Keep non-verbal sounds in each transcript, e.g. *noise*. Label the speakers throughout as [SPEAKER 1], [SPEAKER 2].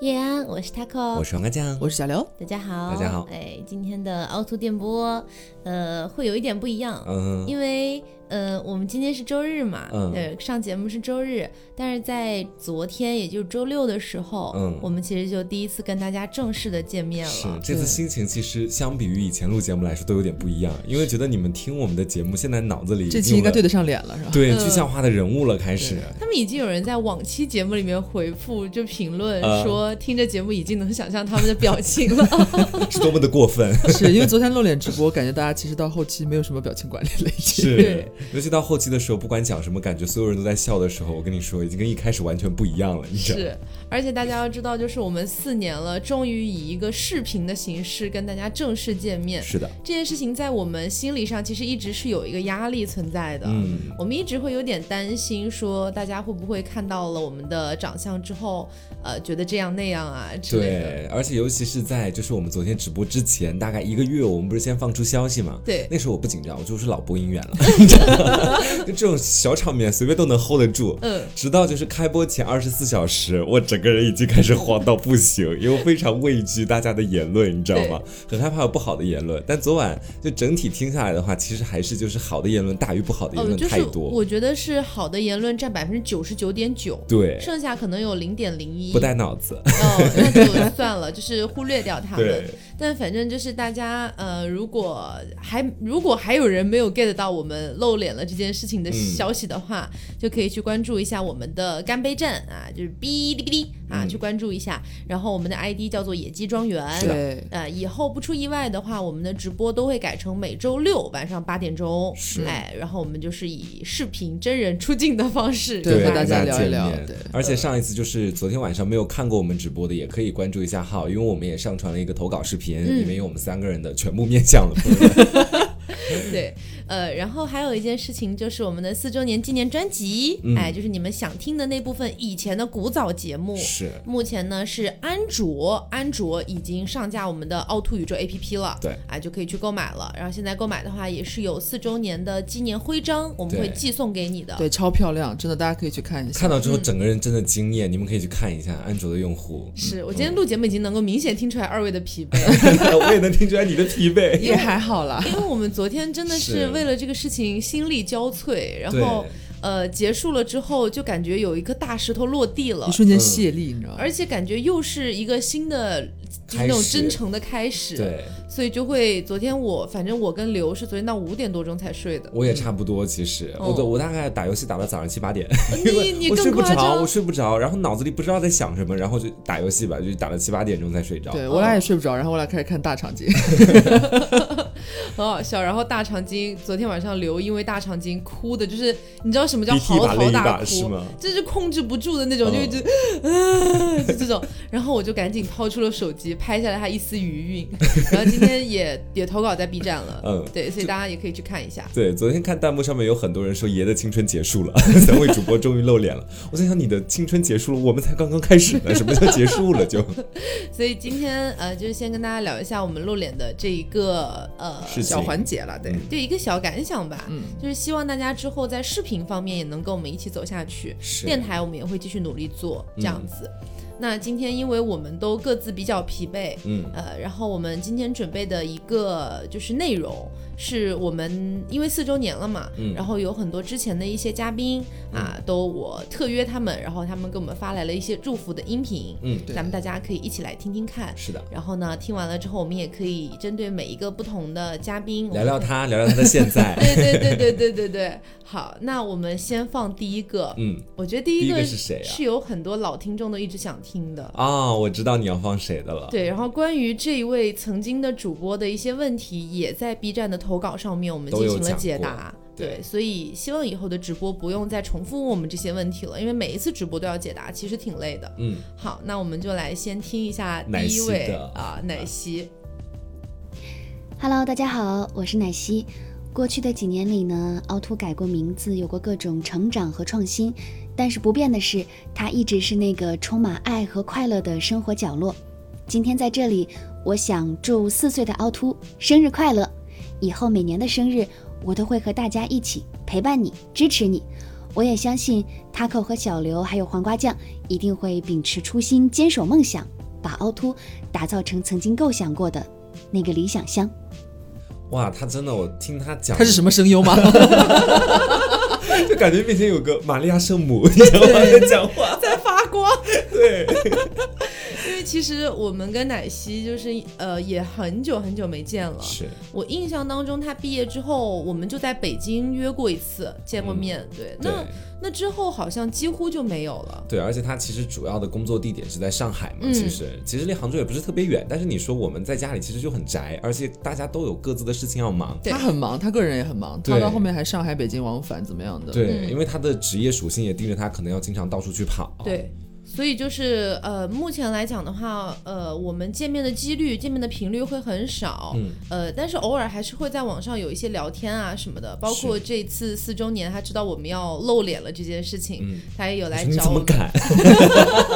[SPEAKER 1] 叶安，我是 Taco，
[SPEAKER 2] 我是黄瓜酱，
[SPEAKER 3] 我是小刘。
[SPEAKER 1] 大家好，
[SPEAKER 2] 大家好
[SPEAKER 1] 哎，今天的凹凸电波，呃，会有一点不一样，
[SPEAKER 2] 嗯，
[SPEAKER 1] 因为呃，我们今天是周日嘛，
[SPEAKER 2] 嗯
[SPEAKER 1] 对，上节目是周日，但是在昨天，也就是周六的时候，
[SPEAKER 2] 嗯
[SPEAKER 1] 我们其实就第一次跟大家正式的见面
[SPEAKER 2] 是
[SPEAKER 1] 了，
[SPEAKER 2] 这次心情其实相比于以前录节目来说都有点不一样，因为觉得你们听我们的节目，现在脑子里已
[SPEAKER 3] 这期
[SPEAKER 2] 经
[SPEAKER 3] 应该
[SPEAKER 2] 有了
[SPEAKER 3] 对得上脸了，是吧？
[SPEAKER 2] 对
[SPEAKER 1] 嗯
[SPEAKER 2] 具象化的人物了，开始
[SPEAKER 3] 对
[SPEAKER 1] 他们已经有人在往期节目里面回复，就评论
[SPEAKER 2] 呃
[SPEAKER 1] 说，听着节目已经能想象他们的表情
[SPEAKER 2] *laughs*
[SPEAKER 1] 了。
[SPEAKER 2] 是多么的
[SPEAKER 1] *laughs*
[SPEAKER 2] 过分，
[SPEAKER 3] 是因为昨天露脸直播，感觉大家其实到后期没有什么表情管理了，已
[SPEAKER 2] *laughs*
[SPEAKER 3] 经。
[SPEAKER 2] 是
[SPEAKER 1] 对，
[SPEAKER 2] 尤其到后期的时候，不管讲什么，感觉所有人都在笑的时候，我跟你说，已经跟一开始完全不一样了，你知道吗？
[SPEAKER 1] 是，而且大家要知道，就是我们四年了，终于以一个视频的形式跟大家正式见面。
[SPEAKER 2] 是的，
[SPEAKER 1] 这件事情在我们心理上其实一直是有一个压力存在的，
[SPEAKER 2] 嗯，
[SPEAKER 1] 我们一直会有点担心，说大家会不会看到了我们的长相之后，呃，觉得这样那样啊之类的。
[SPEAKER 2] 对，而且尤其是在就是我们昨天直播之前，大概一个月，我们不是先放出消息嘛？
[SPEAKER 1] 对
[SPEAKER 2] 那时候我不紧张，我就是老播音员
[SPEAKER 1] *laughs*
[SPEAKER 2] 了，就这种小场面随便都能 hold 得住。
[SPEAKER 1] 嗯，
[SPEAKER 2] 直到就是开播前二十四小时，我整个人已经开始慌到不行，因为我非常畏惧大家的言论，你知道吗？很害怕有不好的言论。但昨晚就整体听下来的话，其实还是就是好的言论大于不好的言
[SPEAKER 1] 呃，
[SPEAKER 2] 论
[SPEAKER 1] 就
[SPEAKER 2] 太
[SPEAKER 1] 是
[SPEAKER 2] 多。
[SPEAKER 1] 我觉得是好的言论占百分之九十九点九，
[SPEAKER 2] 对，
[SPEAKER 1] 剩下可能有零点零一，
[SPEAKER 2] 不带脑子。
[SPEAKER 1] 哦，那就算了，就是忽略掉他们
[SPEAKER 2] 对。
[SPEAKER 1] 但反正就是大家，呃，如果还如果还有人没有 get 到我们露脸了这件事情的消息的话，就可以去关注一下我们的干杯站啊，就是哔哩哔哩啊，去关注一下。然后我们的 ID 叫做野鸡庄园。
[SPEAKER 2] 是的
[SPEAKER 3] 对，
[SPEAKER 1] 呃，以后不出意外的话，我们的直播都会改成每周六晚上八点钟，哎，然后我们就是以视频真人出镜的方式
[SPEAKER 3] 对
[SPEAKER 1] 跟
[SPEAKER 3] 和
[SPEAKER 1] 大
[SPEAKER 3] 大
[SPEAKER 1] 家
[SPEAKER 2] 跟
[SPEAKER 3] 家聊
[SPEAKER 2] 见
[SPEAKER 3] 一聊
[SPEAKER 2] 面
[SPEAKER 3] 对
[SPEAKER 2] 而且上一次就是昨天晚上没有看过我们直播的，也可以关注一下号，因为我们也上传了一个投稿视
[SPEAKER 1] 嗯
[SPEAKER 2] 频，里面有我们三个人的全部面相
[SPEAKER 1] *laughs*
[SPEAKER 2] 的部分。
[SPEAKER 1] 对，呃，然后还有一件事情就是我们的四周年纪念专辑，
[SPEAKER 2] 嗯
[SPEAKER 1] 哎，就是你们想听的那部分以前的古早节目。
[SPEAKER 2] 是，
[SPEAKER 1] 目前呢是安卓，安卓已经上架我们的凹凸宇宙 APP 了，
[SPEAKER 2] 对，
[SPEAKER 1] 啊就可以去购买了。然后现在购买的话也是有四周年的纪念徽章，我们会
[SPEAKER 2] 对
[SPEAKER 1] 寄送给你的。。
[SPEAKER 3] 对，超漂亮，真的，大家可以去看一下。
[SPEAKER 2] 看到之后整个人真的惊艳，你们可以去看一下安卓的用户嗯
[SPEAKER 1] 是我今天录节目已经能够明显听出来二位的疲惫，
[SPEAKER 2] *laughs* 我也能听出来你的疲
[SPEAKER 1] *laughs*
[SPEAKER 2] 惫。
[SPEAKER 3] 也还好啦，
[SPEAKER 1] 因为我们昨天真的是
[SPEAKER 2] 是
[SPEAKER 1] 为了这个事情心力交瘁，然
[SPEAKER 2] 对
[SPEAKER 1] 后呃结束了之后就感觉有一颗大石头落地了
[SPEAKER 2] 嗯
[SPEAKER 3] 一，瞬间泄力，你知道吗？
[SPEAKER 1] 而且感觉又是一个新的，就是那种
[SPEAKER 2] 开始
[SPEAKER 1] 真诚的开始，
[SPEAKER 2] 对，
[SPEAKER 1] 所以就会昨天我反正我跟刘是昨天到五点多钟才睡的，
[SPEAKER 2] 我也差不多。其实，
[SPEAKER 1] 嗯
[SPEAKER 2] 我都我大概打游戏打到早上七八点，
[SPEAKER 1] 呃你
[SPEAKER 2] 因为
[SPEAKER 1] 你
[SPEAKER 2] 我
[SPEAKER 1] 更
[SPEAKER 2] 睡不
[SPEAKER 1] 夸
[SPEAKER 2] 着，
[SPEAKER 1] 张
[SPEAKER 2] 我睡不着，然后脑子里不知道在想什么，然后就打游戏吧，就打到七八点钟才睡着。
[SPEAKER 3] 对我俩也睡不着，然后我俩开始看大场景，
[SPEAKER 1] 很好笑。然后大长今昨天晚上刘因为大长今哭的，就是你知道什么叫
[SPEAKER 2] 鼻涕一
[SPEAKER 1] 嚎
[SPEAKER 2] 把泪
[SPEAKER 1] 啕
[SPEAKER 2] 一
[SPEAKER 1] 大
[SPEAKER 2] 把是
[SPEAKER 1] 哭。
[SPEAKER 2] 吗？
[SPEAKER 1] 就是控制不住的那种，
[SPEAKER 2] 嗯
[SPEAKER 1] 就一直，啊，就这种。然后我就赶紧掏出了手机，拍下来他一丝余韵。 *laughs* 然后今天也也投稿在 B 站了，
[SPEAKER 2] 嗯
[SPEAKER 1] 对，所以大家也可以去看一下。
[SPEAKER 2] 对，昨天看弹幕上面有很多人说爷的青春结束了， *laughs* 三位主播终于露脸了。我在想你的青春结束了，我们才刚刚开始呢，什么叫结束了就？
[SPEAKER 1] 所以今天呃，就是先跟大家聊一下我们露脸的这一个呃
[SPEAKER 2] 事情
[SPEAKER 3] 小环节了，对。
[SPEAKER 1] 对一个小感想吧，
[SPEAKER 3] 嗯
[SPEAKER 1] 就是希望大家之后在视频方面也能跟我们一起走下去。
[SPEAKER 2] 是
[SPEAKER 1] 电台我们也会继续努力做这样子。那今天因为我们都各自比较疲惫，
[SPEAKER 2] 嗯，
[SPEAKER 1] 呃，然后我们今天准备的一个就是内容，是我们因为四周年了嘛，
[SPEAKER 2] 嗯
[SPEAKER 1] 然后有很多之前的一些嘉宾啊，都我特约他们，然后他们给我们发来了一些祝福的音频，
[SPEAKER 2] 嗯
[SPEAKER 3] 对
[SPEAKER 1] 咱们大家可以一起来听听看。
[SPEAKER 2] 是的，
[SPEAKER 1] 然后呢，听完了之后，我们也可以针对每一个不同的嘉宾
[SPEAKER 2] 聊聊他，聊聊他的 *laughs* 现
[SPEAKER 1] *laughs*
[SPEAKER 2] 在。
[SPEAKER 1] 对对对对对对对，好，那我们先放第一个，
[SPEAKER 2] 嗯，
[SPEAKER 1] 我觉得第一
[SPEAKER 2] 第一
[SPEAKER 1] 个
[SPEAKER 2] 个是谁啊
[SPEAKER 1] 有很多老听众都一直想听的。
[SPEAKER 2] 啊、我知道你要放谁的了。
[SPEAKER 1] 对，然后关于这一位曾经的主播的一些问题，也在 B 站的投稿上面我们进行了解
[SPEAKER 2] 都有
[SPEAKER 1] 答。
[SPEAKER 2] 对
[SPEAKER 1] 对，所以希望以后的直播不用再重复问我们这些问题了，因为每一次直播都要解答，其实挺累的。
[SPEAKER 2] 嗯，
[SPEAKER 1] 好，那我们就来先听一下
[SPEAKER 2] 奶
[SPEAKER 1] 第一
[SPEAKER 2] 昔
[SPEAKER 1] 位
[SPEAKER 2] 的
[SPEAKER 1] 啊，奶
[SPEAKER 2] *laughs*
[SPEAKER 1] 昔，
[SPEAKER 4] Hello，大家好，我是奶昔。过去的几年里呢，凹凸改过名字，有过各种成长和创新，但是不变的是，它一直是那个充满爱和快乐的生活角落。今天在这里，我想祝四岁的凹凸生日快乐！以后每年的生日，我都会和大家一起陪伴你，支持你。我也相信 Taco 和小刘还有黄瓜酱一定会秉持初心，坚守梦想，把凹凸打造成曾经构想过的那个理想乡。
[SPEAKER 2] 哇，他真的，我听他讲，
[SPEAKER 3] 他是什么声优吗？
[SPEAKER 2] *laughs* 就感觉面前有个玛利亚圣母，你知道吗？在讲话，
[SPEAKER 1] 在发光。
[SPEAKER 2] 对，
[SPEAKER 1] *laughs* 因为其实我们跟奶昔就是呃也很久很久没见了。
[SPEAKER 2] 是
[SPEAKER 1] 我印象当中，他毕业之后，我们就在北京约过一次，见过面。对，
[SPEAKER 2] 嗯对
[SPEAKER 1] 那那之后好像几乎就没有了。
[SPEAKER 2] 对，而且他其实主要的工作地点是在上海嘛，
[SPEAKER 1] 嗯
[SPEAKER 2] 其实其实离杭州也不是特别远，但是你说我们在家里其实就很宅，而且大家都有各自的事情要忙。
[SPEAKER 1] 对
[SPEAKER 3] 他很忙，他个人也很忙，
[SPEAKER 2] 对
[SPEAKER 3] 他到后面还上海、北京往返怎么样的？，
[SPEAKER 2] 对，
[SPEAKER 1] 嗯
[SPEAKER 2] 因为他的职业属性也盯着他，可能要经常到处去跑。， *laughs*
[SPEAKER 1] 对，所以就是呃，目前来讲的话，呃，我们见面的几率、见面的频率会很少，
[SPEAKER 2] 嗯
[SPEAKER 1] 呃，但是偶尔还是会在网上有一些聊天啊什么的，包括这次四周年，他知道我们要露脸了这件事情，
[SPEAKER 2] 嗯
[SPEAKER 1] 他也有来
[SPEAKER 2] 我说你
[SPEAKER 1] 找
[SPEAKER 2] 怎
[SPEAKER 1] 我
[SPEAKER 2] 么
[SPEAKER 1] 们， *laughs*
[SPEAKER 2] 敢？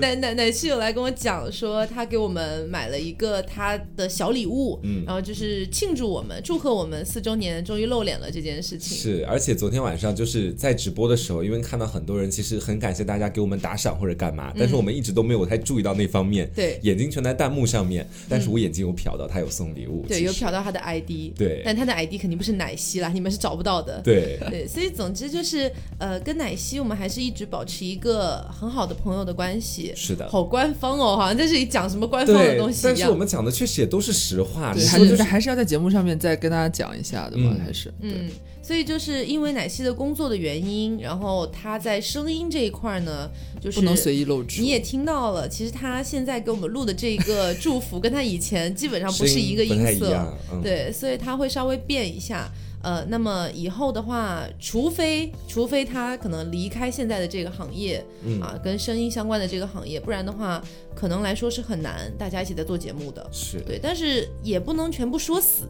[SPEAKER 1] 奶奶奶是有来跟我讲说，他给我们买了一个他的小礼物，
[SPEAKER 2] 嗯
[SPEAKER 1] 然后就是庆祝我们、祝贺我们四周年终于露脸了这件事情，
[SPEAKER 2] *laughs* 是，而且昨天晚上就是在直播的时候，因为看到很多人，其实很感谢大家给我们打赏或者干嘛，但是我们一直都没有太注意到那方面，
[SPEAKER 1] 嗯对嗯
[SPEAKER 2] 眼睛全在弹幕上面，但是我眼睛有瞟到他有送礼物，
[SPEAKER 1] 对，
[SPEAKER 2] 其
[SPEAKER 1] 有
[SPEAKER 2] 实
[SPEAKER 1] 瞟到他的 ID，
[SPEAKER 2] 对
[SPEAKER 1] 但他的 ID 肯定不是奶昔啦，你们是找不到的，
[SPEAKER 2] 对，
[SPEAKER 1] 对，所以总之就是，呃，跟奶昔我们还是一直保持一个很好的朋友的关系。
[SPEAKER 2] 是的。
[SPEAKER 1] 好官方哦，好像在这里讲什么官方的
[SPEAKER 2] 对
[SPEAKER 1] 东，西
[SPEAKER 2] 但
[SPEAKER 1] 一
[SPEAKER 2] 是我
[SPEAKER 1] 样。
[SPEAKER 2] 们讲的确实也都是实话。你
[SPEAKER 3] 对，
[SPEAKER 2] 说
[SPEAKER 3] 还
[SPEAKER 2] 就是
[SPEAKER 3] 还是要在节目上面再跟大家讲一下的嘛
[SPEAKER 2] 嗯，
[SPEAKER 3] 还是
[SPEAKER 1] 嗯，所以就是因为奶昔的工作的原因，然后他在声音这一块儿呢，就是
[SPEAKER 3] 不能随意露出。
[SPEAKER 1] 你也听到了，其实他现在给我们录的这个祝福，跟他以前基本上不是
[SPEAKER 2] 声
[SPEAKER 1] 一个
[SPEAKER 2] 不
[SPEAKER 1] 音
[SPEAKER 2] 太一
[SPEAKER 1] 色。
[SPEAKER 2] 样，嗯，
[SPEAKER 1] 对，所以他会稍微变一下。呃，那么以后的话，除非除非他可能离开现在的这个行业、
[SPEAKER 2] 嗯
[SPEAKER 1] 啊，跟声音相关的这个行业，不然的话，可能来说是很难大家一起在做节目的。
[SPEAKER 2] 是
[SPEAKER 1] 对，但是也不能全部说死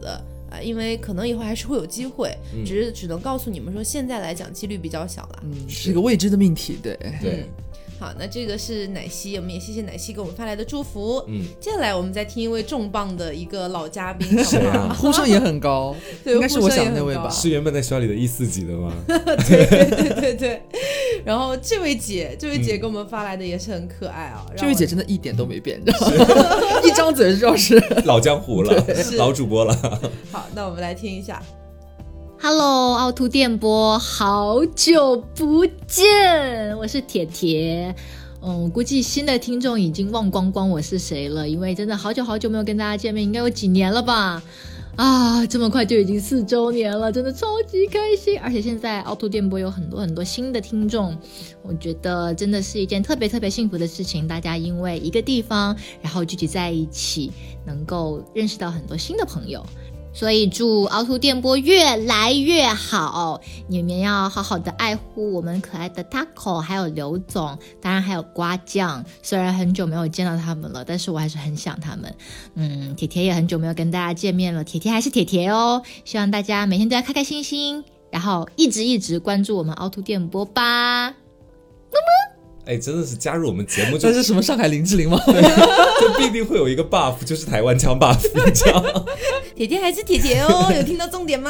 [SPEAKER 1] 啊，因为可能以后还是会有机会，
[SPEAKER 2] 嗯
[SPEAKER 1] 只是只能告诉你们说，现在来讲几率比较小啦。嗯
[SPEAKER 3] 嗯，
[SPEAKER 2] 是
[SPEAKER 3] 是一个未知的命题，
[SPEAKER 1] *laughs*
[SPEAKER 3] 对。
[SPEAKER 2] 对，
[SPEAKER 1] 好，那这个是奶昔，我们也谢谢奶昔给我们发来的祝福。
[SPEAKER 2] 嗯，
[SPEAKER 1] 接下来我们再听一位重磅的一个老嘉宾，
[SPEAKER 2] *laughs*
[SPEAKER 1] 好
[SPEAKER 2] 谁
[SPEAKER 1] 不好？
[SPEAKER 2] 啊？
[SPEAKER 3] 呼声也很高，
[SPEAKER 1] 对
[SPEAKER 3] 应该是我想的
[SPEAKER 1] 呼
[SPEAKER 3] 那
[SPEAKER 1] 声
[SPEAKER 3] 位
[SPEAKER 1] 也很高
[SPEAKER 3] 吧。
[SPEAKER 2] 是原本在学校里的一四级
[SPEAKER 1] *laughs*
[SPEAKER 2] 的吗？
[SPEAKER 1] 对对对。然后这位姐，这位姐给我们发来的也是很可爱啊。让
[SPEAKER 3] 嗯这位姐
[SPEAKER 1] 我
[SPEAKER 3] 真的一点都没变，你知道吗？ *laughs* 一张嘴就知道是
[SPEAKER 2] 老江湖了，老主播了，
[SPEAKER 1] 好，那我们来听一下。
[SPEAKER 5] Hello，凹凸电波，好久不见，我是铁铁。嗯，估计新的听众已经忘光光我是谁了，因为真的好久好久没有跟大家见面，应该有几年了吧？啊，这么快就已经四周年了，啊真的超级开心！而且现在凹凸电波有很多很多新的听众，我觉得真的是一件特别特别幸福的事情。大家因为一个地方，然后聚集在一起，能够认识到很多新的朋友。所以祝凹凸电波越来越好，你们要好好的爱护我们可爱的 Taco，还有刘总，当然还有瓜酱。虽然很久没有见到他们了，但是我还是很想他们。嗯，铁铁也很久没有跟大家见面了，铁铁还是铁铁哦。希望大家每天都要开开心心，然后一直一直关注我们凹凸电波吧。
[SPEAKER 2] 哎，真的是加入我们节目就
[SPEAKER 3] 这是什么上海林志玲吗？
[SPEAKER 2] 就必定会有一个 buff，就是台湾腔 buff，你知道吗？
[SPEAKER 1] 铁铁还是铁铁
[SPEAKER 3] *laughs*
[SPEAKER 1] 哦，有听到重点吗？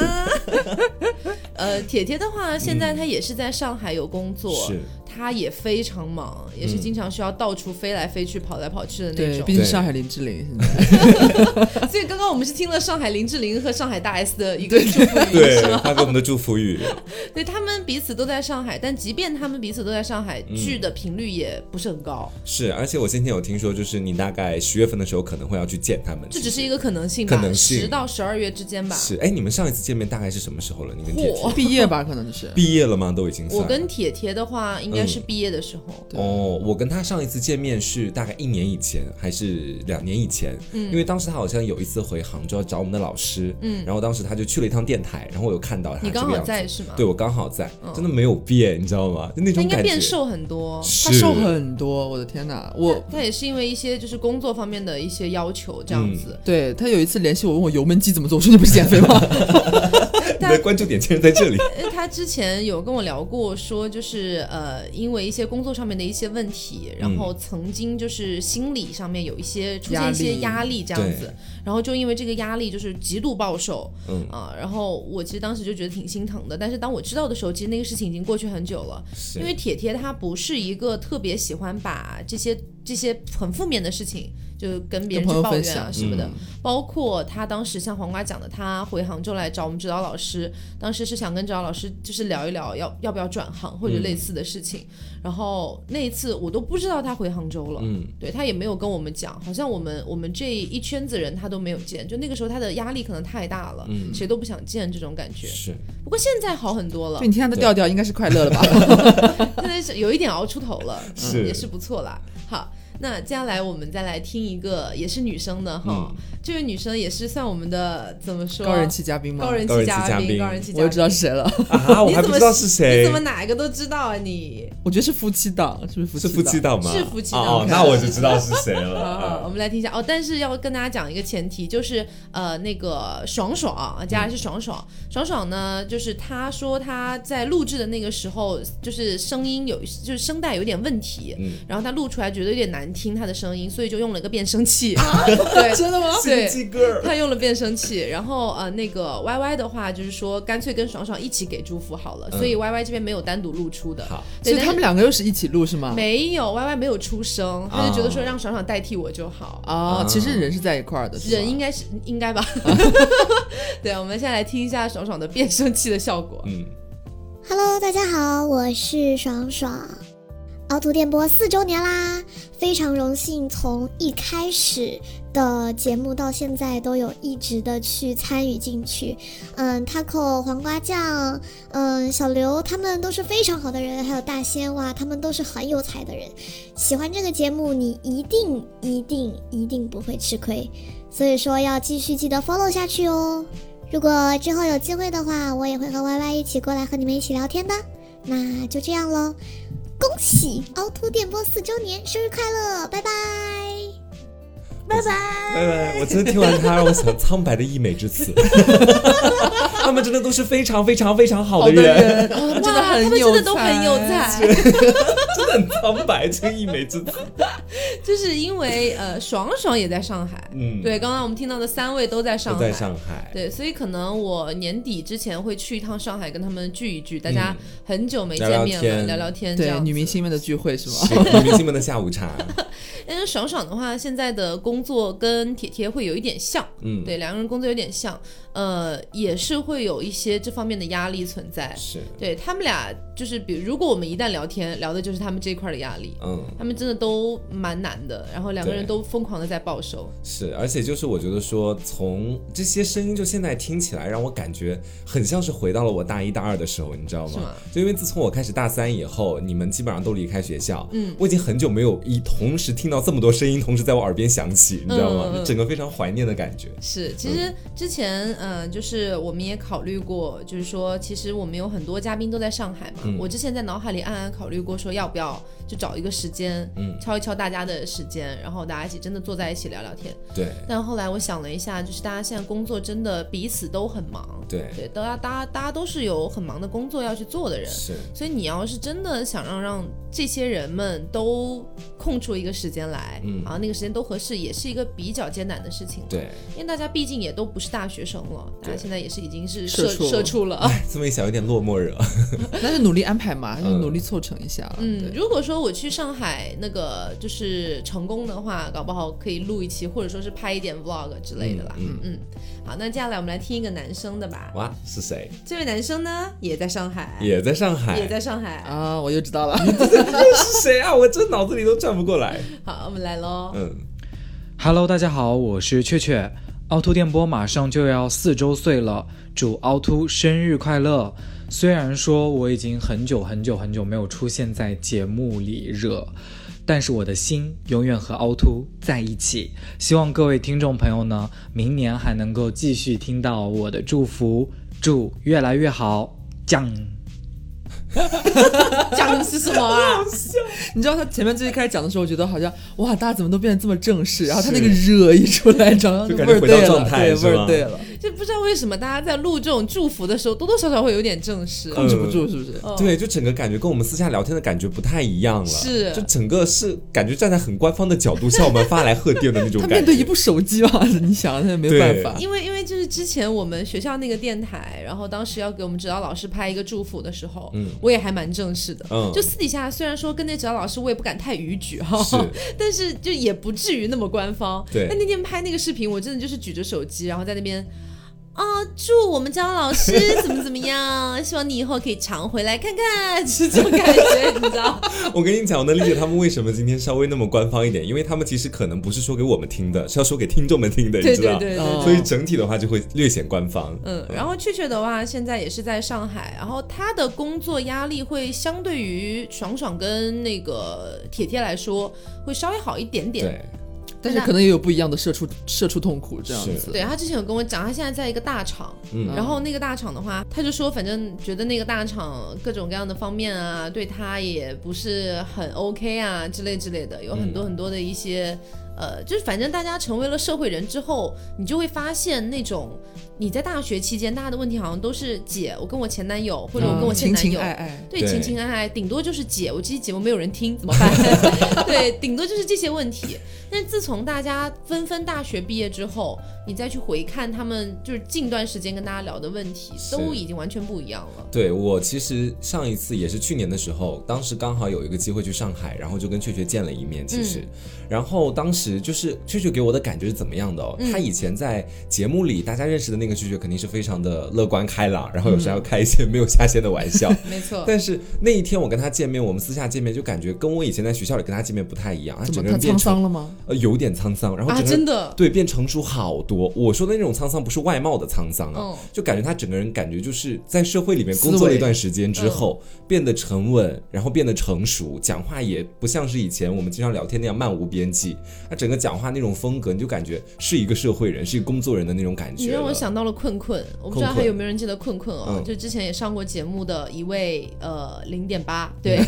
[SPEAKER 1] 呃，铁铁的话，现在他也是在上海有工作，
[SPEAKER 2] 是
[SPEAKER 1] 他也非常忙，也是经常需要到处飞来飞去、跑来跑去的那
[SPEAKER 3] 对，
[SPEAKER 1] 种
[SPEAKER 3] 毕。竟是上海林志玲现在。
[SPEAKER 1] 所以刚刚我们是听了上海林志玲和上海大 S 的一个祝
[SPEAKER 3] *laughs*
[SPEAKER 1] 福语，
[SPEAKER 2] 对
[SPEAKER 1] *laughs* 是吗？，
[SPEAKER 2] 他给我们的祝福语，
[SPEAKER 1] 对他们彼此都在上海，但即便他们彼此都在上海，聚的频率也不是很高，
[SPEAKER 2] 是，而且我先前有听说，就是你大概十月份的时候可能会要去见他们，
[SPEAKER 1] 这只是一
[SPEAKER 2] 个
[SPEAKER 1] 个可能性吧，
[SPEAKER 2] 可能性
[SPEAKER 1] 十到十二月之间吧。
[SPEAKER 2] 是，哎，你们上一次见面大概是什么时候了？你跟铁铁
[SPEAKER 1] 嚯
[SPEAKER 3] 毕业吧，可能就是。
[SPEAKER 2] 毕业了嗯吗？都已经算
[SPEAKER 1] 我跟铁铁的话，应该是毕业的时候，
[SPEAKER 3] 对
[SPEAKER 2] 哦，我跟他上一次见面是大概一年以前，还是两年以前？嗯，因为当时他好像有一次回杭州要找我们的老师，嗯，然后当时他就去了一趟电台，然后我有看到他
[SPEAKER 1] 你
[SPEAKER 2] 这个
[SPEAKER 1] 刚好
[SPEAKER 2] 样子，
[SPEAKER 1] 在是吗？嗯
[SPEAKER 2] 对，我刚好在，真的没有变，你知道吗？就那
[SPEAKER 1] 他
[SPEAKER 2] 种
[SPEAKER 1] 应该
[SPEAKER 2] 感觉
[SPEAKER 1] 变，瘦很多。
[SPEAKER 2] 是
[SPEAKER 3] 她瘦很多，我的天哪！我
[SPEAKER 1] 他也是因为一些就是工作方面的一些要求这样
[SPEAKER 2] 嗯
[SPEAKER 1] 子，
[SPEAKER 3] 对她有一次联系我，问我油焖鸡怎么做，我说你不是减肥吗？
[SPEAKER 2] 你的关注点竟然在这里，
[SPEAKER 1] 因为他之前有跟我聊过，说就是呃，因为一些工作上面的一些问题，然后
[SPEAKER 2] 嗯
[SPEAKER 1] 曾经就是心理上面有一些出现
[SPEAKER 3] 压
[SPEAKER 1] 一些
[SPEAKER 3] 力
[SPEAKER 1] 压力这样
[SPEAKER 2] 对
[SPEAKER 1] 子，然后就因为这个压力就是极度暴瘦，
[SPEAKER 2] 嗯
[SPEAKER 1] 啊，然后我其实当时就觉得挺心疼的，但是当我知道的时候，其实那个事情已经过去很久了，*laughs*
[SPEAKER 2] 是
[SPEAKER 1] 因为铁铁他不是一个特别喜欢把这些这些很负面的事情就跟别人
[SPEAKER 3] 跟
[SPEAKER 1] 去
[SPEAKER 3] 朋友
[SPEAKER 1] 抱
[SPEAKER 3] 分
[SPEAKER 1] 怨啊
[SPEAKER 3] 享
[SPEAKER 1] 什么的，
[SPEAKER 2] 嗯
[SPEAKER 1] 包括他当时像黄瓜讲的，他回杭州来找我们指导老师，当时是想跟指导老师就是聊一聊要要不要转行或者类似的事情。
[SPEAKER 3] 嗯
[SPEAKER 1] 然后那一次我都不知道他回杭州了，
[SPEAKER 2] 嗯，
[SPEAKER 1] 对他也没有跟我们讲，好像我们我们这一圈子人他都没有见，就那个时候他的压力可能太大了，
[SPEAKER 2] 嗯
[SPEAKER 1] 谁都不想见这种感觉。 *laughs*
[SPEAKER 2] 是
[SPEAKER 1] 不过现在好很多了
[SPEAKER 3] 就，你听他的调调，应该是快乐了吧？
[SPEAKER 1] 现在是有一点熬出头
[SPEAKER 2] *laughs*
[SPEAKER 1] 了，
[SPEAKER 2] 是
[SPEAKER 1] 嗯也是不错啦。好，那接下来我们再来听一个也是女生的哈，
[SPEAKER 2] 嗯
[SPEAKER 1] 这位女生也是算我们的怎么说 *laughs*
[SPEAKER 3] 高人气嘉宾吗？
[SPEAKER 1] 高人
[SPEAKER 2] 高人
[SPEAKER 1] 气
[SPEAKER 2] 气嘉
[SPEAKER 1] 嘉
[SPEAKER 2] 宾
[SPEAKER 1] 高人气嘉宾，
[SPEAKER 3] 我又知道是谁了。
[SPEAKER 2] 啊，我
[SPEAKER 1] 你
[SPEAKER 2] 还
[SPEAKER 1] 怎
[SPEAKER 2] 不
[SPEAKER 1] 么
[SPEAKER 2] 知道是
[SPEAKER 1] 你
[SPEAKER 2] 谁
[SPEAKER 1] 怎，么哪一个都知道啊你？
[SPEAKER 3] 我觉得是夫妻档，是不是夫妻
[SPEAKER 2] 是夫
[SPEAKER 3] 档？
[SPEAKER 2] 妻档吗？
[SPEAKER 1] 是夫妻档
[SPEAKER 2] 哦，哦
[SPEAKER 1] ，OK
[SPEAKER 2] 那我就知道是谁
[SPEAKER 1] *laughs*
[SPEAKER 2] 了。
[SPEAKER 1] 好好，我
[SPEAKER 2] 啊
[SPEAKER 1] 们来听一下哦。但是要跟大家讲一个前提，就是呃，那个爽爽啊，接下来是爽爽，爽爽呢，就是他说他在录制的那个时候，就是声音有，就是声带有点问题，
[SPEAKER 2] 嗯
[SPEAKER 1] 然后他录出来觉得有点难听他的声音，所以就用了个变声器。对，真的吗？对。
[SPEAKER 2] 鸡哥儿
[SPEAKER 1] 他用了变声器，然后呃，那个 Y Y 的话就是说，干脆跟爽爽一起给祝福好了，所以 Y Y 这边没有单独露出的。
[SPEAKER 2] 好
[SPEAKER 1] 对，
[SPEAKER 3] 所以
[SPEAKER 1] 但
[SPEAKER 3] 他们两个又是一起录是吗？
[SPEAKER 1] 没有 Y Y 没有出声，他就觉得说
[SPEAKER 2] 啊
[SPEAKER 1] 让爽爽代替我就好。
[SPEAKER 3] 啊，其实人是在一块儿的，是吧
[SPEAKER 1] 人应该是应该吧？对，我们先来听一下爽爽的变声器的效
[SPEAKER 2] *laughs*
[SPEAKER 1] 果。
[SPEAKER 2] 嗯，
[SPEAKER 6] Hello，大家好，我是爽爽。凹凸电波四周年啦，非常荣幸从一开始的节目到现在都有一直的去参与进去。嗯，taco 黄瓜酱，嗯，小刘他们都是非常好的人，还有大仙哇，他们都是很有才的人。喜欢这个节目，你一定一定一定不会吃亏，所以说要继续记得 follow 下去哦。如果之后有机会的话，我也会和 Y Y 一起过来和你们一起聊天的。那就这样喽，恭喜凹凸电波四周年，生日快乐，拜拜！
[SPEAKER 2] 拜拜！我真的听完他，让我想苍白的溢美
[SPEAKER 1] *laughs*
[SPEAKER 2] 之词。他们真的都是非常非常非常好
[SPEAKER 3] 好
[SPEAKER 2] 的
[SPEAKER 3] 的
[SPEAKER 2] 人，
[SPEAKER 3] 人，哦
[SPEAKER 1] 哇，
[SPEAKER 3] 真的
[SPEAKER 1] 他
[SPEAKER 3] 很
[SPEAKER 1] 们
[SPEAKER 3] 有
[SPEAKER 1] 真的都很有才，
[SPEAKER 2] 真的很苍白，这个溢美之词。
[SPEAKER 1] *laughs* 就是因为呃，爽爽也在上海，
[SPEAKER 2] 嗯，
[SPEAKER 1] 对，，刚刚我们听到的三位都在上
[SPEAKER 2] 都
[SPEAKER 1] 海，
[SPEAKER 2] 在上海。
[SPEAKER 1] 对，所以可能我年底之前会去一趟上海，跟他们聚一聚，大家
[SPEAKER 2] 嗯
[SPEAKER 1] 很久没
[SPEAKER 2] 聊
[SPEAKER 1] 见面
[SPEAKER 2] 聊
[SPEAKER 1] 了，
[SPEAKER 2] 天
[SPEAKER 1] 聊聊天，这
[SPEAKER 3] 对
[SPEAKER 1] 样
[SPEAKER 3] 女明
[SPEAKER 1] 子
[SPEAKER 3] 星们的聚会是吗？ *laughs*
[SPEAKER 2] 是女明星们的下午茶，
[SPEAKER 1] 但是爽爽的话，现在的工作跟铁铁会有一点像，
[SPEAKER 2] 嗯，
[SPEAKER 1] *laughs* 对，两个人工作有点像，呃，也是会有一些这方面的压力存在。
[SPEAKER 2] 是，
[SPEAKER 1] 对他们俩，就是比如果我们一旦聊天，聊的就是他们这一块儿的压力，
[SPEAKER 2] 嗯，
[SPEAKER 1] 他们真的都蛮难的，然后两个人
[SPEAKER 2] 对
[SPEAKER 1] 都疯狂的在暴瘦，
[SPEAKER 2] 是，而且就是我觉得说，从这些声音就现在听起来，让我感觉很像是回到了我大一大二的时候，你知道
[SPEAKER 1] 是吗
[SPEAKER 2] 吗？就因为自从我开始大三以后，你们基本上都离开学校，
[SPEAKER 1] 嗯，
[SPEAKER 2] 我已经很久没有一同时听到这么多声音同时在我耳边响起，你知道吗？
[SPEAKER 1] 嗯嗯嗯
[SPEAKER 2] 就整个非常怀念的感觉。
[SPEAKER 1] 是，其实之前，嗯、就是我们也考虑过，就是说，其实我们有很多嘉宾都在上海嘛。
[SPEAKER 2] 嗯
[SPEAKER 1] 我之前在脑海里暗暗考虑过，说要不要就找一个时间，
[SPEAKER 2] 嗯
[SPEAKER 1] 敲一敲大家的时间，然后大家一起真的坐在一起聊聊天。
[SPEAKER 2] 对
[SPEAKER 1] 但后来我想了一下，就是大家现在工作真的彼此都很忙，
[SPEAKER 2] 对
[SPEAKER 1] 对，大家大家大家都是有很忙的工作要去做的人，
[SPEAKER 2] 是，
[SPEAKER 1] 所以你要是真的想让让这些人们都空出一个时间来，啊
[SPEAKER 2] 嗯
[SPEAKER 1] 然后那个时间都合适，也是一个比较艰难的事情。，
[SPEAKER 2] 对。
[SPEAKER 1] 因为大家毕竟也都不是大学生了，大家
[SPEAKER 2] 对
[SPEAKER 1] 现在也是已经是
[SPEAKER 3] 社
[SPEAKER 1] 社
[SPEAKER 3] 畜
[SPEAKER 1] 社畜了。
[SPEAKER 2] 这么一想有点落寞惹。
[SPEAKER 3] 那就努力安排嘛，就
[SPEAKER 2] 嗯
[SPEAKER 3] 努力凑成一下。
[SPEAKER 1] 嗯，
[SPEAKER 3] 对，
[SPEAKER 1] 如果说我去上海那个就是成功的话，搞不好可以录一期，或者说是拍一点 vlog 之类的吧。
[SPEAKER 2] 嗯
[SPEAKER 1] 嗯好，那接下来我们来听一个男生的吧。
[SPEAKER 2] 哇，是谁？
[SPEAKER 1] 这位男生呢，也在上海，
[SPEAKER 2] 也在上海。
[SPEAKER 1] 哎也在上海。
[SPEAKER 3] 啊，我又知道了。
[SPEAKER 2] 是 *laughs* 谁啊？我这脑子里都转不过来。
[SPEAKER 1] 好，我们来
[SPEAKER 2] *laughs*
[SPEAKER 1] 喽。
[SPEAKER 2] 嗯，
[SPEAKER 7] Hello，大家好，我是雀雀。凹凸电波马上就要四周岁了，祝凹凸生日快乐！虽然说我已经很久很久很久没有出现在节目里惹，但是我的心永远和凹凸在一起。希望各位听众朋友呢，明年还能够继续听到我的祝福，祝越来越好，酱。
[SPEAKER 1] 讲的 *laughs* 是什么啊？
[SPEAKER 3] 你知道他前面最一开始讲的时候，我觉得好像哇，大家怎么都变得这么正式，然后他那个惹一出来， *laughs* 然后
[SPEAKER 2] 就
[SPEAKER 3] 味
[SPEAKER 2] 感觉
[SPEAKER 3] 儿
[SPEAKER 2] 回到
[SPEAKER 3] 对
[SPEAKER 2] 状
[SPEAKER 3] 了，
[SPEAKER 2] 态
[SPEAKER 3] 对
[SPEAKER 2] 是
[SPEAKER 3] 味
[SPEAKER 2] 吧嗯
[SPEAKER 3] 儿对了，
[SPEAKER 1] 就不知道为什么大家在录这种祝福的时候，多多少少会有点正式。
[SPEAKER 3] 控制不住是不是？
[SPEAKER 1] 哦
[SPEAKER 2] 对，就整个感觉跟我们私下聊天的感觉不太一样了，
[SPEAKER 1] 是
[SPEAKER 2] 就整个是感觉站在很官方的角度向我们发来贺电的那种
[SPEAKER 3] 他
[SPEAKER 2] 感觉。
[SPEAKER 3] 面对一部手机嘛，你想他也没
[SPEAKER 2] 对
[SPEAKER 3] 办法。
[SPEAKER 1] 因为因为就是之前我们学校那个电台，然后当时要给我们指导老师拍一个祝福的时候，
[SPEAKER 2] 嗯
[SPEAKER 1] 我也还蛮正式的。
[SPEAKER 2] 嗯
[SPEAKER 1] 就私底下虽然说跟那指导老师我也不敢太逾矩哈，
[SPEAKER 2] 是
[SPEAKER 1] *laughs* 但是就也不至于那么官方。
[SPEAKER 2] 对
[SPEAKER 1] 但那天拍那个视频，我真的就是举着手机，然后在那边。啊、祝我们张老师怎么怎么样，希望你以后可以常回来看看，就是这种感觉，你知道？
[SPEAKER 2] 我 *laughs* 跟你讲，我能理解他们为什么今天稍微那么官方一点，因为他们其实可能不是说给我们听的，是要说给听众们听的，
[SPEAKER 1] 对
[SPEAKER 2] 你知
[SPEAKER 1] 对
[SPEAKER 2] 道。
[SPEAKER 1] 对对
[SPEAKER 3] 哦
[SPEAKER 1] 对。
[SPEAKER 2] 所以整体的话就会略显官方。
[SPEAKER 1] 嗯，然后雀雀的话，现在也是在上海，然后他的工作压力会相对于爽爽跟那个铁铁来说，会稍微好一点点。
[SPEAKER 2] 对，
[SPEAKER 3] 但是可能也有不一样的社畜社畜痛苦这样
[SPEAKER 2] 是
[SPEAKER 3] 子。
[SPEAKER 1] 对，他之前有跟我讲，他现在在一个大厂，
[SPEAKER 2] 嗯
[SPEAKER 1] 然后那个大厂的话，他就说，反正觉得那个大厂各种各样的方面啊，对他也不是很 OK 啊，之类之类的，有很多很多的一些，呃，就是反正大家成为了社会人之后，你就会发现那种你在大学期间大家的问题好像都是姐，我跟我前男友，或者我跟我前
[SPEAKER 3] 情
[SPEAKER 1] 男
[SPEAKER 3] 嗯情
[SPEAKER 1] 友。
[SPEAKER 3] 爱爱，
[SPEAKER 1] 对，
[SPEAKER 2] 对
[SPEAKER 1] 情情爱爱，顶多就是姐，我这期节目没有人听怎么
[SPEAKER 2] *laughs*
[SPEAKER 1] 办？对，顶多就是这些问题。但自从大家纷纷大学毕业之后，你再去回看他们就是近段时间跟大家聊的问题，
[SPEAKER 2] 是
[SPEAKER 1] 都已经完全不一样了。
[SPEAKER 2] 对我其实上一次也是去年的时候，当时刚好有一个机会去上海，然后就跟雀雀见了一面。其实，然后当时就是雀雀给我的感觉是怎么样的哦？他以前在节目里大家认识的那个雀雀，肯定是非常的乐观开朗，然后有时候还要开一些没有下限的玩笑。
[SPEAKER 1] 没错，
[SPEAKER 2] 但是那一天我跟他见面，我们私下见面就感觉跟我以前在学校里跟他见面不太一样，他
[SPEAKER 3] 怎
[SPEAKER 2] 整
[SPEAKER 3] 么
[SPEAKER 2] 个
[SPEAKER 3] 他
[SPEAKER 2] 人变
[SPEAKER 3] 沧桑
[SPEAKER 2] 成
[SPEAKER 3] 了吗？
[SPEAKER 2] 呃有点沧桑，然后
[SPEAKER 1] 啊，
[SPEAKER 2] 整个人
[SPEAKER 1] 真的，
[SPEAKER 2] 对，变成熟好多。我说的那种沧桑不是外貌的沧桑啊，
[SPEAKER 1] 嗯
[SPEAKER 2] 就感觉他整个人感觉就是在社会里面
[SPEAKER 3] 思
[SPEAKER 2] 工作了一
[SPEAKER 3] 维
[SPEAKER 2] 段时间之后，
[SPEAKER 1] 嗯
[SPEAKER 2] 变得沉稳，然后变得成熟，讲话也不像是以前我们经常聊天那样漫无边际。他整个讲话那种风格，你就感觉是一个社会人，是一个工作人的那种感觉。
[SPEAKER 1] 你让我，想到了困困，我不知道
[SPEAKER 2] 困
[SPEAKER 1] 还
[SPEAKER 2] 困
[SPEAKER 1] 有没有人记得困困哦，
[SPEAKER 2] 嗯
[SPEAKER 1] 就之前也上过节目的一位呃零点
[SPEAKER 2] *laughs*
[SPEAKER 1] 八，对，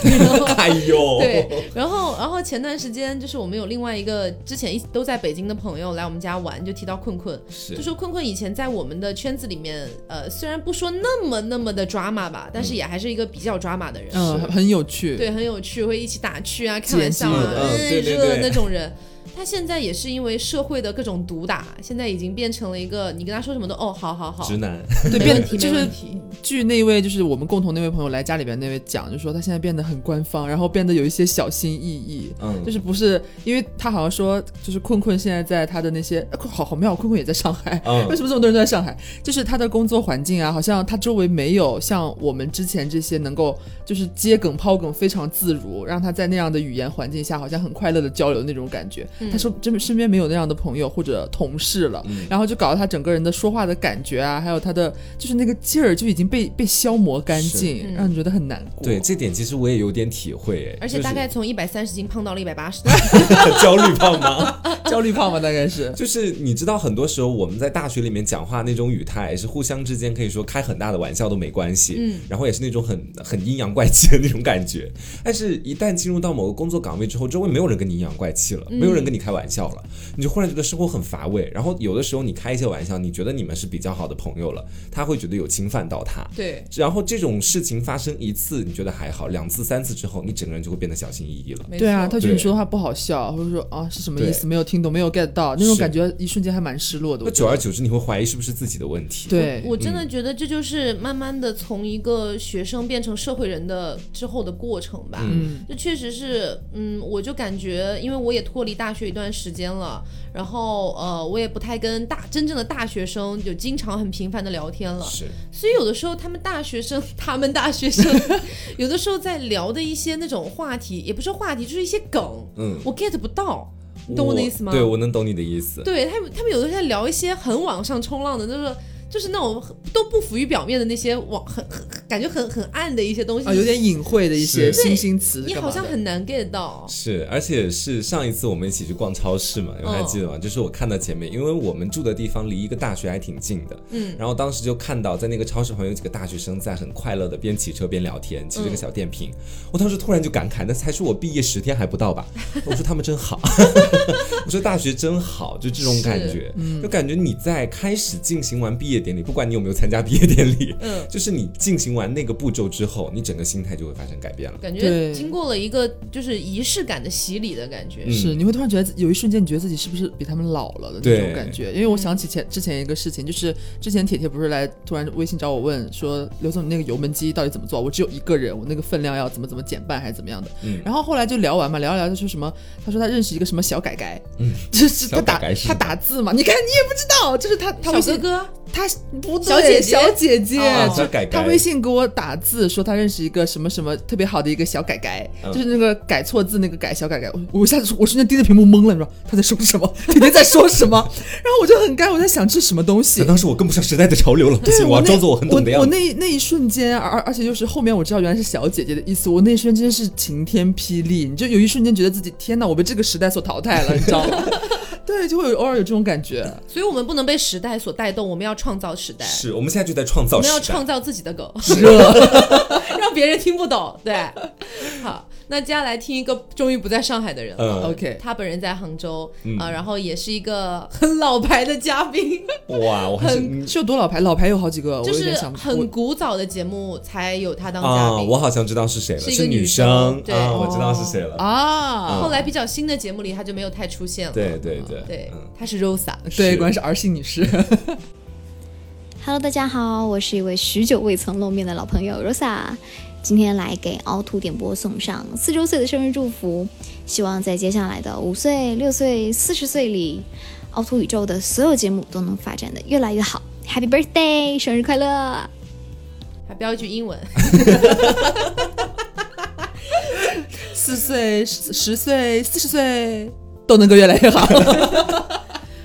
[SPEAKER 2] 哎呦，
[SPEAKER 1] *laughs* 对，然后然后前段时间就是我们有另外一个之前一都在北京的朋友来我们家玩，就提到困困，
[SPEAKER 2] 是
[SPEAKER 1] 就说困困以前在我们的圈子里面，呃，虽然不说那么那么的 drama 吧，
[SPEAKER 2] 嗯
[SPEAKER 1] 但是也还是一个比较 drama 的人，
[SPEAKER 3] 嗯，很有趣。
[SPEAKER 1] 对，很有趣，会一起打趣啊，开玩笑
[SPEAKER 3] 剪
[SPEAKER 1] 啊
[SPEAKER 3] 辑，
[SPEAKER 2] 嗯
[SPEAKER 1] 嗯
[SPEAKER 2] 对对
[SPEAKER 1] 热
[SPEAKER 2] 对
[SPEAKER 1] 那种人。他现在也是因为社会的各种毒打，现在已经变成了一个你跟他说什么都哦，好好好，
[SPEAKER 2] 直男，
[SPEAKER 3] 对，
[SPEAKER 1] 没
[SPEAKER 3] 变
[SPEAKER 1] 问
[SPEAKER 3] 得
[SPEAKER 1] 题，
[SPEAKER 3] 就
[SPEAKER 1] 没
[SPEAKER 3] 是
[SPEAKER 1] 问题
[SPEAKER 3] 据那位就是我们共同那位朋友来家里边那位讲，就说他现在变得很官方，然后变得有一些小心翼翼。
[SPEAKER 2] 嗯，
[SPEAKER 3] 就是不是，因为他好像说，就是困困现在在他的那些，呃困好好妙，困困也在上海， *laughs*
[SPEAKER 2] 嗯
[SPEAKER 3] 为什么这么多人都在上海？就是他的工作环境啊，好像他周围没有像我们之前这些能够就是接梗抛梗非常自如，让他在那样的语言环境下好像很快乐的交流那种感觉。他说真身边没有那样的朋友或者同事了，然后就搞得他整个人的说话的感觉啊，还有他的就是那个劲儿就已经被被消磨干
[SPEAKER 2] 是
[SPEAKER 3] 净，让你觉得很难过。
[SPEAKER 2] 对这点其实我也有点体会，哎
[SPEAKER 1] 而且
[SPEAKER 2] 就是
[SPEAKER 1] 大概从一百三十斤胖到了一百八
[SPEAKER 2] *laughs*
[SPEAKER 1] 十，
[SPEAKER 2] 焦虑胖吗？
[SPEAKER 3] 焦虑胖吧，大概是。
[SPEAKER 2] 就是你知道，很多时候我们在大学里面讲话那种语态，是互相之间可以说开很大的玩笑都没关系，嗯，然后也是那种很很阴阳怪气的那种感觉。但是，一旦进入到某个工作岗位之后，周围没有人跟你阴阳怪气了，没有人跟你开玩笑了，你就忽然觉得生活很乏味。然后有的时候你开一些玩笑，你觉得你们是比较好的朋友了，他会觉得有侵犯到他。
[SPEAKER 1] 对，
[SPEAKER 2] 然后这种事情发生一次，你觉得还好，两次、三次之后，你整个人就会变得小心翼翼了。
[SPEAKER 1] 没
[SPEAKER 3] 对啊，
[SPEAKER 1] 错
[SPEAKER 3] 他觉得你
[SPEAKER 2] 对
[SPEAKER 3] 说的话不好笑，或者说啊是什么意思，
[SPEAKER 2] 对
[SPEAKER 3] 没有听懂，没有 get 到，那种
[SPEAKER 2] 是
[SPEAKER 3] 感觉一瞬间还蛮失落的。
[SPEAKER 2] 那
[SPEAKER 3] 我觉
[SPEAKER 2] 久
[SPEAKER 3] 得
[SPEAKER 2] 而久之，你会怀疑是不是自己的问题。
[SPEAKER 3] 对，
[SPEAKER 1] 我
[SPEAKER 2] 嗯
[SPEAKER 1] 真的觉得这就是慢慢的从一个学生变成社会人的之后的过程吧。
[SPEAKER 2] 嗯
[SPEAKER 1] 这确实是，嗯，我就感觉，因为我也脱离大学一段时间了，然后呃，我也不太跟大真正的大学生就经常很频繁的聊天了，
[SPEAKER 2] 是。
[SPEAKER 1] 所以有的时候他们大学生， *laughs* 他们大学生有的时候在聊的一些那种话题，也不是话题，就是一些梗，
[SPEAKER 2] 嗯
[SPEAKER 1] 我 get 不到，你懂我的意思吗？
[SPEAKER 2] 对，我能懂你的意思。
[SPEAKER 1] 对他们，他们有的时候在聊一些很往上冲浪的，就是就是那种都不浮于表面的那些往很很很感觉很很暗的一些东西
[SPEAKER 3] 啊，有点隐晦的一些
[SPEAKER 2] 是
[SPEAKER 3] 新兴词，
[SPEAKER 1] 你
[SPEAKER 3] 干
[SPEAKER 1] 好
[SPEAKER 3] 嘛
[SPEAKER 1] 像
[SPEAKER 3] 的
[SPEAKER 1] 很难 get 到。
[SPEAKER 2] 是，而且是上一次我们一起去逛超市
[SPEAKER 1] 嗯
[SPEAKER 2] 嘛，你们还记得吗？就是我看到前面，因为我们住的地方离一个大学还挺近的，
[SPEAKER 1] 嗯，
[SPEAKER 2] 然后当时就看到在那个超市旁边有几个大学生在很快乐的边骑车边聊天，骑着个小电瓶，我当时突然就感慨，那才是我毕业十天还不到
[SPEAKER 1] *laughs*
[SPEAKER 2] 吧？我说他们真好， *laughs* 我说大学真好，就这种感觉，
[SPEAKER 1] 嗯
[SPEAKER 2] 就感觉你在开始进行完毕业典礼，不管你有没有参加毕业典礼，
[SPEAKER 1] 嗯，
[SPEAKER 2] 就是你进行完那个步骤之后，你整个心态就会发生改变了。
[SPEAKER 1] 感觉
[SPEAKER 3] 对
[SPEAKER 1] 经过了一个就是仪式感的洗礼的感觉。
[SPEAKER 2] 嗯
[SPEAKER 3] 是，你会突然觉得有一瞬间，你觉得自己是不是比他们老了的那
[SPEAKER 2] 对
[SPEAKER 3] 种感觉？因为我想起前之前一个事情，就是之前铁铁不是来突然微信找我问说，刘总你那个油焖鸡到底怎么做？我只有一个人，我那个分量要怎么怎么减半还是怎么样的？
[SPEAKER 2] 嗯
[SPEAKER 3] 然后后来就聊完嘛，聊一聊就说什么，他说他认识一个什么小改改，嗯，就是他打
[SPEAKER 2] 小改改是
[SPEAKER 3] 他打字嘛，你看你也不知道，就是他他微
[SPEAKER 1] 小哥
[SPEAKER 3] 信
[SPEAKER 1] 哥，
[SPEAKER 3] 他不对
[SPEAKER 1] 小姐姐
[SPEAKER 3] 小姐姐，
[SPEAKER 1] 哦
[SPEAKER 3] 就是
[SPEAKER 2] 小改改
[SPEAKER 3] 他微信给我打字说他认识一个什么什么特别好的一个小改改，
[SPEAKER 2] 嗯
[SPEAKER 3] 就是那个改错字那个改小改改，我我一下子我瞬间盯着屏幕懵了，你知道他在说什么？ *laughs* 天天在说什么？然后我就很尴尬，我在想这什么东西
[SPEAKER 2] 可？当时我跟不上时代的潮流了，不
[SPEAKER 3] 对
[SPEAKER 2] 行，我要
[SPEAKER 3] 那
[SPEAKER 2] 装作我很懂的
[SPEAKER 3] 我
[SPEAKER 2] 样子。
[SPEAKER 3] 那那一瞬间，而而且就是后面我知道原来是小姐姐的意思，我那一瞬间真是晴天霹雳，你就有一瞬间觉得自己天哪，我被这个时代所淘汰了，你知
[SPEAKER 2] *laughs*
[SPEAKER 3] 道吗？对，就会有偶尔有这种感觉。
[SPEAKER 2] 嗯
[SPEAKER 1] 所以我们不能被时代所带动，我们要创造时代，
[SPEAKER 2] 是我们现在就在创
[SPEAKER 1] 我
[SPEAKER 2] 造
[SPEAKER 1] 们
[SPEAKER 2] 时
[SPEAKER 1] 要
[SPEAKER 2] 代
[SPEAKER 1] 创。造自己的梗， *laughs* 让别人听不懂。对，好，那接下来听一个终于不在上海的人了。
[SPEAKER 2] 嗯
[SPEAKER 3] OK，
[SPEAKER 1] 他本人在杭州啊、
[SPEAKER 2] 嗯
[SPEAKER 1] 然后也是一个 *laughs* 很老牌的嘉宾，
[SPEAKER 2] 哇，我还是
[SPEAKER 1] 很
[SPEAKER 2] 嗯
[SPEAKER 3] 是有多老牌？老牌有好几哦个，我
[SPEAKER 1] 就
[SPEAKER 3] 有
[SPEAKER 1] 是
[SPEAKER 3] 点想不
[SPEAKER 1] 很古早的节目才有他当嘉
[SPEAKER 2] 啊，
[SPEAKER 1] 宾。
[SPEAKER 2] 我好像知道是谁了，
[SPEAKER 1] 是一
[SPEAKER 2] 是
[SPEAKER 1] 个
[SPEAKER 2] 女
[SPEAKER 1] 女生对哦
[SPEAKER 2] 啊，我知道是谁了。
[SPEAKER 3] 啊，
[SPEAKER 1] 后来比较新的节目里，他就没有太出现了。
[SPEAKER 2] 对对对
[SPEAKER 1] 哦对
[SPEAKER 2] 嗯，
[SPEAKER 1] 他是 Rosa，
[SPEAKER 3] 对，
[SPEAKER 2] 是
[SPEAKER 3] 果然是儿戏女
[SPEAKER 1] *laughs*
[SPEAKER 3] 士。
[SPEAKER 4] Hello，大家好，我是一位许久未曾露面的老朋友 Rosa，今天来给凹凸点播送上四周岁的生日祝福，希望在接下来的五岁、六岁、四十岁里，凹凸宇宙的所有节目都能发展的越来越好。Happy birthday，生日快乐！
[SPEAKER 1] 还标一句英文。 *laughs*
[SPEAKER 3] 四岁、十十岁、四十岁 *laughs* 都能够越来越好。
[SPEAKER 1] *laughs*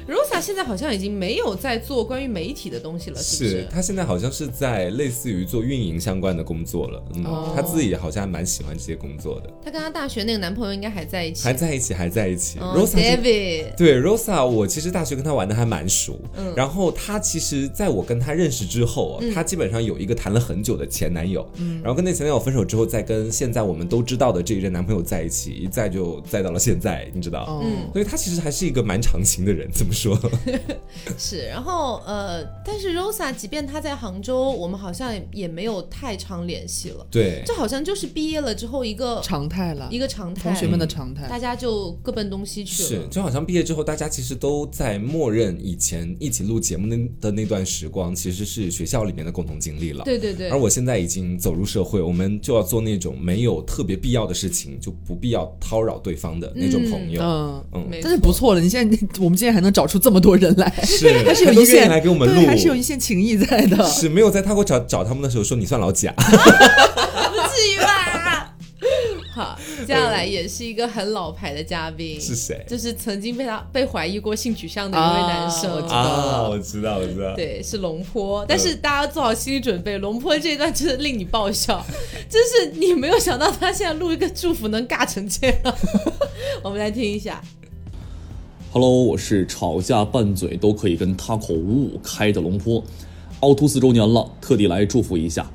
[SPEAKER 1] Rosa 现在好像已经没有在做关于媒体的东西了，是不
[SPEAKER 2] 是她现在好像是在类似于做运营相关的工作了，嗯，
[SPEAKER 1] 哦
[SPEAKER 2] 她自己好像还蛮喜欢这些工作的，
[SPEAKER 1] 她跟她大学那个男朋友应该还在一起。
[SPEAKER 2] 还在一起，还在一起。
[SPEAKER 1] 嗯
[SPEAKER 2] Rosa 是
[SPEAKER 1] David，
[SPEAKER 2] 对 Rosa，我其实大学跟她玩的还蛮熟，然后她其实在我跟她认识之后啊，她基本上有一个谈了很久的前男友，然后跟那前男友分手之后，再跟现在我们都知道的这一任男朋友在一起，一在就在到了现在，你知道。
[SPEAKER 3] 嗯，
[SPEAKER 2] 所以她其实还是一个蛮长情的人，怎么说？ *laughs*
[SPEAKER 1] 嗯是，然后呃，但是 Rosa 即便她在杭州，我们好像也也没有太常联系了。
[SPEAKER 2] 对，
[SPEAKER 1] 这好像就是毕业了之后一个
[SPEAKER 3] 常态了
[SPEAKER 1] 一，个哎常态，
[SPEAKER 3] 同学们的常态。
[SPEAKER 1] 大家就各奔东西去
[SPEAKER 2] 是
[SPEAKER 1] 了。
[SPEAKER 2] 就好像毕业之后，大家其实都在默认以前一起录节目那的那段时光，其实是学校里面的共同经历了。
[SPEAKER 1] 对对对
[SPEAKER 2] 而，我现在已经走入社会，我们就要做那种没有特别必要的事情，就不必要叨扰对方的那种朋友。
[SPEAKER 3] 嗯，
[SPEAKER 2] 嗯，
[SPEAKER 1] 没
[SPEAKER 3] 但是不错了，你现在我们竟然还能找出这么多人来，
[SPEAKER 2] 是
[SPEAKER 3] *laughs* 还是有
[SPEAKER 2] 他都
[SPEAKER 3] 一
[SPEAKER 2] 愿
[SPEAKER 3] 线
[SPEAKER 2] 意来给我们
[SPEAKER 3] 对
[SPEAKER 2] 录，
[SPEAKER 3] 还是有一线情谊在的。
[SPEAKER 2] 是没有在泰国找找他们的时候说你算老贾， *laughs*
[SPEAKER 1] 至于吧？好，接下来也是一个很老牌的嘉宾，
[SPEAKER 2] 是谁
[SPEAKER 1] 就是曾经被他被怀疑过性取向的一位男生。
[SPEAKER 3] 啊我知道
[SPEAKER 2] 啊？我知道，我知道。
[SPEAKER 1] 对，是龙坡，但是大家做好心理准备，龙坡这一段真的令你爆笑， *laughs* 就是你没有想到他现在录一个祝福能尬成这样。 *laughs* 我们来听一下，
[SPEAKER 8] Hello，我是吵架拌嘴都可以跟 Taco 五五开的龙坡，凹凸四周年了，特地来祝福一下。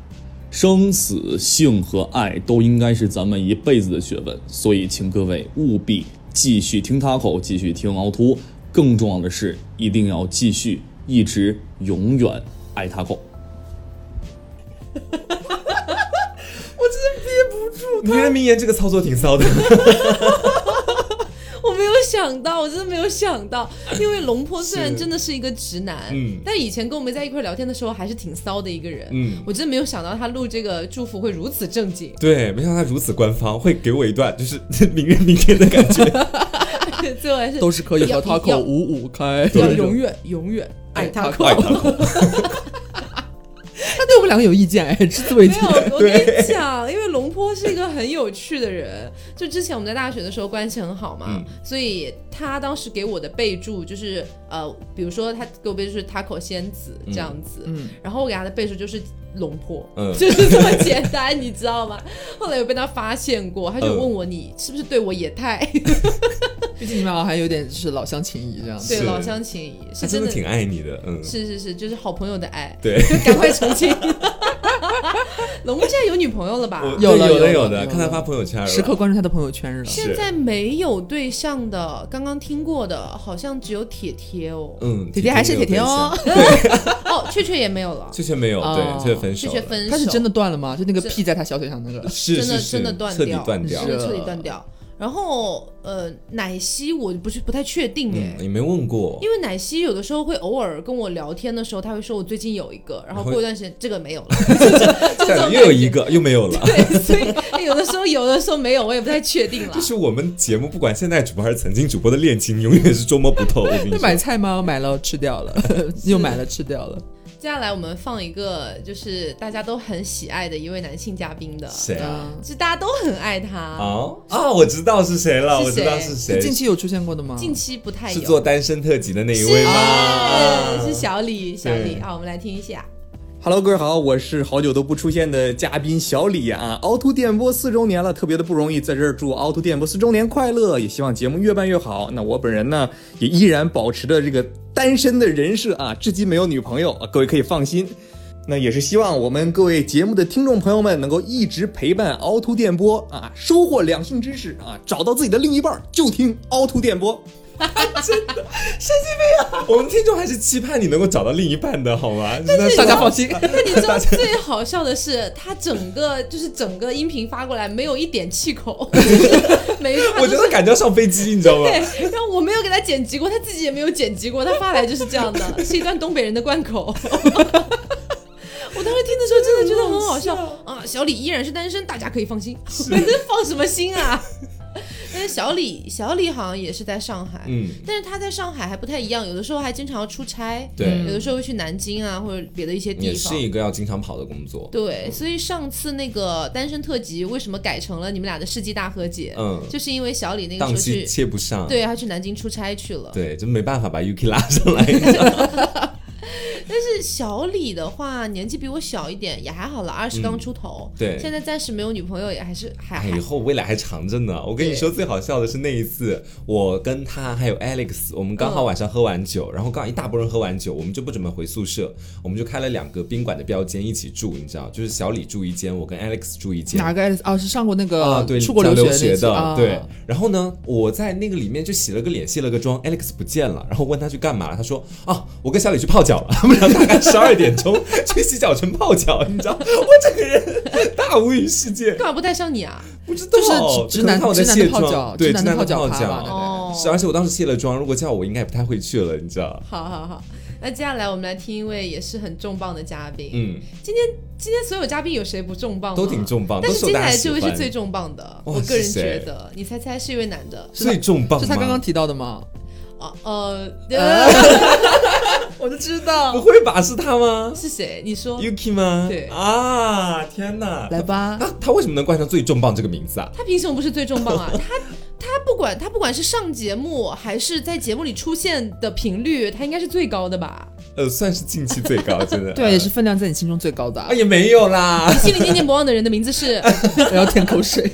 [SPEAKER 8] 生死、性和爱都应该是咱们一辈子的学问，所以请各位务必继续听 Taco，继续听凹凸，更重要的是一定要继续一直永远爱 Taco。
[SPEAKER 2] 你的名言这个操作挺骚的，
[SPEAKER 1] *laughs* 我没有想到，我真的没有想到，因为龙坡虽然
[SPEAKER 2] 是
[SPEAKER 1] 真的是一个直男，
[SPEAKER 2] 嗯
[SPEAKER 1] 但以前跟我们在一块聊天的时候还是挺骚的一个人，
[SPEAKER 2] 嗯。，
[SPEAKER 1] 我真的没有想到他录这个祝福会如此正经
[SPEAKER 2] 对，没想到他如此官方，会给我一段就是名人名言的感 *laughs* 觉。
[SPEAKER 1] 最后还是
[SPEAKER 3] 都是可以和
[SPEAKER 1] 要
[SPEAKER 3] Taco
[SPEAKER 1] 要
[SPEAKER 3] 五五开，
[SPEAKER 1] 要永远永远爱他
[SPEAKER 3] 他
[SPEAKER 1] 扣。
[SPEAKER 2] 爱他扣
[SPEAKER 3] *laughs* 他对我们两个有意见哎，只字未
[SPEAKER 1] 没
[SPEAKER 3] 提。
[SPEAKER 1] 有，我跟你讲，因为龙波是一个很有趣的人，就之前我们在大学的时候关系很好嘛，
[SPEAKER 2] 嗯
[SPEAKER 1] 所以他当时给我的备注就是呃，比如说他给我备注是 taco 仙子这样子，
[SPEAKER 3] 嗯
[SPEAKER 1] 然后我给他的备注就是龙婆，
[SPEAKER 2] 嗯
[SPEAKER 1] 就是这么简单，你知道吗？ *laughs* 后来有被他发现过，他就
[SPEAKER 2] 嗯
[SPEAKER 1] 问我你是不是对我也
[SPEAKER 2] *laughs*
[SPEAKER 1] 太、
[SPEAKER 3] 毕竟你们好像还有点就是老乡情谊这样子。
[SPEAKER 1] 对
[SPEAKER 2] 是
[SPEAKER 1] 老乡情谊，
[SPEAKER 2] 他
[SPEAKER 1] 是
[SPEAKER 2] 真
[SPEAKER 1] 的
[SPEAKER 2] 的挺爱你的，嗯，
[SPEAKER 1] 是是是，就是好朋友的爱，
[SPEAKER 2] 对。
[SPEAKER 1] *laughs* 赶快澄清。龙哥现在有女朋友了吧？
[SPEAKER 2] 我
[SPEAKER 3] 有了
[SPEAKER 2] 对有
[SPEAKER 3] 有了
[SPEAKER 2] 有
[SPEAKER 3] 有了
[SPEAKER 2] 看他发朋友圈了，
[SPEAKER 3] 时刻关注他的朋友圈是吧？
[SPEAKER 1] 现在没有对象的，刚刚听过的，好像只有铁铁哦。
[SPEAKER 2] 嗯，
[SPEAKER 3] 铁铁还是铁铁哦，
[SPEAKER 2] *laughs*
[SPEAKER 1] 哦，雀雀也没有了，
[SPEAKER 2] 确确没有，对，
[SPEAKER 3] 哦
[SPEAKER 2] 确确分手
[SPEAKER 1] 雀
[SPEAKER 2] 了，
[SPEAKER 1] 雀分手，
[SPEAKER 3] 他是真的断了吗？就那个
[SPEAKER 1] 这
[SPEAKER 3] 屁在他小腿上那个，
[SPEAKER 2] 是
[SPEAKER 1] 真的
[SPEAKER 2] 是是
[SPEAKER 1] 真的断
[SPEAKER 2] 彻底
[SPEAKER 1] 掉
[SPEAKER 2] 断掉
[SPEAKER 1] 真，
[SPEAKER 3] 是
[SPEAKER 1] 的彻底断掉。然后呃，奶昔我不是不太确定哎
[SPEAKER 2] 嗯，，你没问过，
[SPEAKER 1] 因为奶昔有的时候会偶尔跟我聊天的时候，他会说我最近有一个，然后过一段时间这个没有了， *laughs*
[SPEAKER 2] *laughs* 下雨又有一个又没有了。 *laughs*
[SPEAKER 1] 对，所以哎有的时候有的时候没有，我也不太确定了
[SPEAKER 2] *laughs* 就。是我们节目，不管现在主播还是曾经主播的恋情，永远是捉摸不透。我跟你 *laughs*
[SPEAKER 3] 那买
[SPEAKER 2] 说，
[SPEAKER 3] 菜吗？买了吃掉
[SPEAKER 1] *laughs*
[SPEAKER 3] 了，又买了吃掉了。
[SPEAKER 1] 接下来我们放一个就是大家都很喜爱的一位男性嘉宾的，呃
[SPEAKER 2] 谁啊？
[SPEAKER 1] 就是大家都很爱他。
[SPEAKER 2] 啊啊！我知道是谁了，
[SPEAKER 1] 是
[SPEAKER 2] 我知道
[SPEAKER 1] 谁
[SPEAKER 2] 是
[SPEAKER 3] 是
[SPEAKER 2] 谁，
[SPEAKER 3] 近期有出现过的吗？
[SPEAKER 1] 近期不太
[SPEAKER 2] 是
[SPEAKER 1] 有，
[SPEAKER 2] 做单身特辑的那一位
[SPEAKER 1] 是
[SPEAKER 2] 吗？
[SPEAKER 1] 呃
[SPEAKER 2] 啊
[SPEAKER 1] 是小李，小李
[SPEAKER 9] 对
[SPEAKER 1] 啊，我们来听一下。
[SPEAKER 9] Hello，各位好，我是好久都不出现的嘉宾小李啊！凹凸电波四周年了，特别的不容易，在这儿祝凹凸电波四周年快乐，也希望节目越办越好。那我本人呢，也依然保持着这个单身的人设啊，至今没有女朋友啊，各位可以放心。那也是希望我们各位节目的听众朋友们能够一直陪伴凹凸电波啊，收获两性知识啊，找到自己的另一半儿就听凹凸电波。
[SPEAKER 2] 我们听众还是期盼你能够找到另一半的好吗？真的是
[SPEAKER 3] 大家放心，
[SPEAKER 1] 那你知道最好笑的是，他整个就是整个音频发过来没有一点气口， *laughs* 就是每一句话
[SPEAKER 2] *laughs* 我
[SPEAKER 1] 都
[SPEAKER 2] 觉
[SPEAKER 1] 是
[SPEAKER 2] 得感觉要上飞机，你知道吗？
[SPEAKER 1] 对。然后我没有给他剪辑过，他自己也没有剪辑过，他发来就是这样的，是一段东北人的贯口。 *laughs* 我当时听的时候真的觉得很好笑啊！小李依然是单身，大家可以放心。 *laughs* 放什么心啊？ *laughs* 但是小李，小李好像也是在上海，
[SPEAKER 2] 嗯，
[SPEAKER 1] 但是他在上海还不太一样，有的时候还经常要出差，
[SPEAKER 2] 对
[SPEAKER 1] 有的时候会去南京啊或者别的一些
[SPEAKER 2] 也
[SPEAKER 1] 地
[SPEAKER 2] 是
[SPEAKER 1] 方。
[SPEAKER 2] 一个要经常跑的工作。
[SPEAKER 1] 对，所以上次那个单身特辑为什么改成了你们俩的世纪大和解？
[SPEAKER 2] 嗯
[SPEAKER 1] 就是因为小李那个时
[SPEAKER 2] 档
[SPEAKER 1] 候
[SPEAKER 2] 期
[SPEAKER 1] 去，
[SPEAKER 2] 接不上，
[SPEAKER 1] 对，他去南京出差去了。
[SPEAKER 2] 啊对，就没办法把 Yuki 拉上来。你知道吗
[SPEAKER 1] 但是小李的话，年纪比我小一点，也还好了，二十刚出头、
[SPEAKER 2] 嗯对
[SPEAKER 1] 现在暂时没有女朋友，也还是还
[SPEAKER 2] *laughs* 哎，
[SPEAKER 1] 还
[SPEAKER 2] 以后未来还长着呢。我跟你说，最好笑的是那一次，我跟他还有 Alex，我们刚
[SPEAKER 3] 嗯
[SPEAKER 2] 好晚上喝完酒，然后刚好一大波人喝完酒，我们就不准备回宿舍，我们就开了两个宾馆的标间一起住，你知道，就是小李住一间，我跟 Alex 住一间。
[SPEAKER 3] 哪个 Alice 啊？是上过那
[SPEAKER 2] 啊，
[SPEAKER 3] 个
[SPEAKER 2] 对，
[SPEAKER 3] 出国
[SPEAKER 2] 讲
[SPEAKER 3] 留
[SPEAKER 2] 留
[SPEAKER 3] 那次
[SPEAKER 2] 的，
[SPEAKER 3] 啊
[SPEAKER 2] 对。然后呢，我在那个里面就洗了个脸，卸了个妆，Alex 不见了，然后问他去干嘛了，他说啊，我跟小李去泡脚了， *laughs* 他们俩大概十二点钟去洗脚城泡脚，你知道，我整个人大无语世界，
[SPEAKER 1] 干嘛不带上你啊？
[SPEAKER 2] 不知道，
[SPEAKER 3] 就是直直
[SPEAKER 2] 可能
[SPEAKER 3] 男
[SPEAKER 2] 看我在卸
[SPEAKER 3] 直男的泡
[SPEAKER 2] 妆，*laughs*
[SPEAKER 3] 脚
[SPEAKER 2] 对，
[SPEAKER 3] 直男的
[SPEAKER 2] 直
[SPEAKER 3] 泡
[SPEAKER 2] 脚
[SPEAKER 3] 脚趴吧那
[SPEAKER 1] 哦，
[SPEAKER 2] 是，而且我当时卸了妆，如果叫我，应该也不太会去了，你知道，
[SPEAKER 1] 好好好，那接下来我们来听一位也是很重磅的嘉宾。
[SPEAKER 2] 嗯，
[SPEAKER 1] 今天今天所有嘉宾有谁不重磅吗？
[SPEAKER 2] 都挺，重磅，
[SPEAKER 1] 但
[SPEAKER 2] 都
[SPEAKER 1] 是
[SPEAKER 2] 受
[SPEAKER 1] 接下
[SPEAKER 2] 大家
[SPEAKER 1] 来
[SPEAKER 2] 喜
[SPEAKER 1] 这位
[SPEAKER 2] 欢，
[SPEAKER 1] 是最重磅的，
[SPEAKER 2] 哇
[SPEAKER 1] 我个人
[SPEAKER 2] 是
[SPEAKER 1] 觉
[SPEAKER 2] 谁
[SPEAKER 1] 得，你猜猜是一位男的
[SPEAKER 2] 最重磅吗，
[SPEAKER 3] 是他刚刚提到的吗？
[SPEAKER 1] 哦哦，呃， *laughs*
[SPEAKER 2] *laughs*
[SPEAKER 3] 我就知道
[SPEAKER 2] 不会吧？是他吗
[SPEAKER 1] 是谁？你说
[SPEAKER 2] ？Yuki 吗？
[SPEAKER 1] 对
[SPEAKER 2] 啊，天哪！
[SPEAKER 3] 来吧，
[SPEAKER 2] 他他为什么能冠上最重磅这个名字啊？
[SPEAKER 1] 他凭什么不是最重磅
[SPEAKER 2] *laughs*
[SPEAKER 1] 啊？他他不管他不管是上节目还是在节目里出现的频率，他应该是最高的
[SPEAKER 2] *laughs*
[SPEAKER 1] 吧？
[SPEAKER 2] 呃，算是近期最高，真 *laughs* 的。
[SPEAKER 3] 对啊，也是分量在你心中最高的啊
[SPEAKER 2] 啊，。也没有 *laughs* 啦。
[SPEAKER 1] 心里念念不忘的人的名字是。
[SPEAKER 3] 我要舔口水。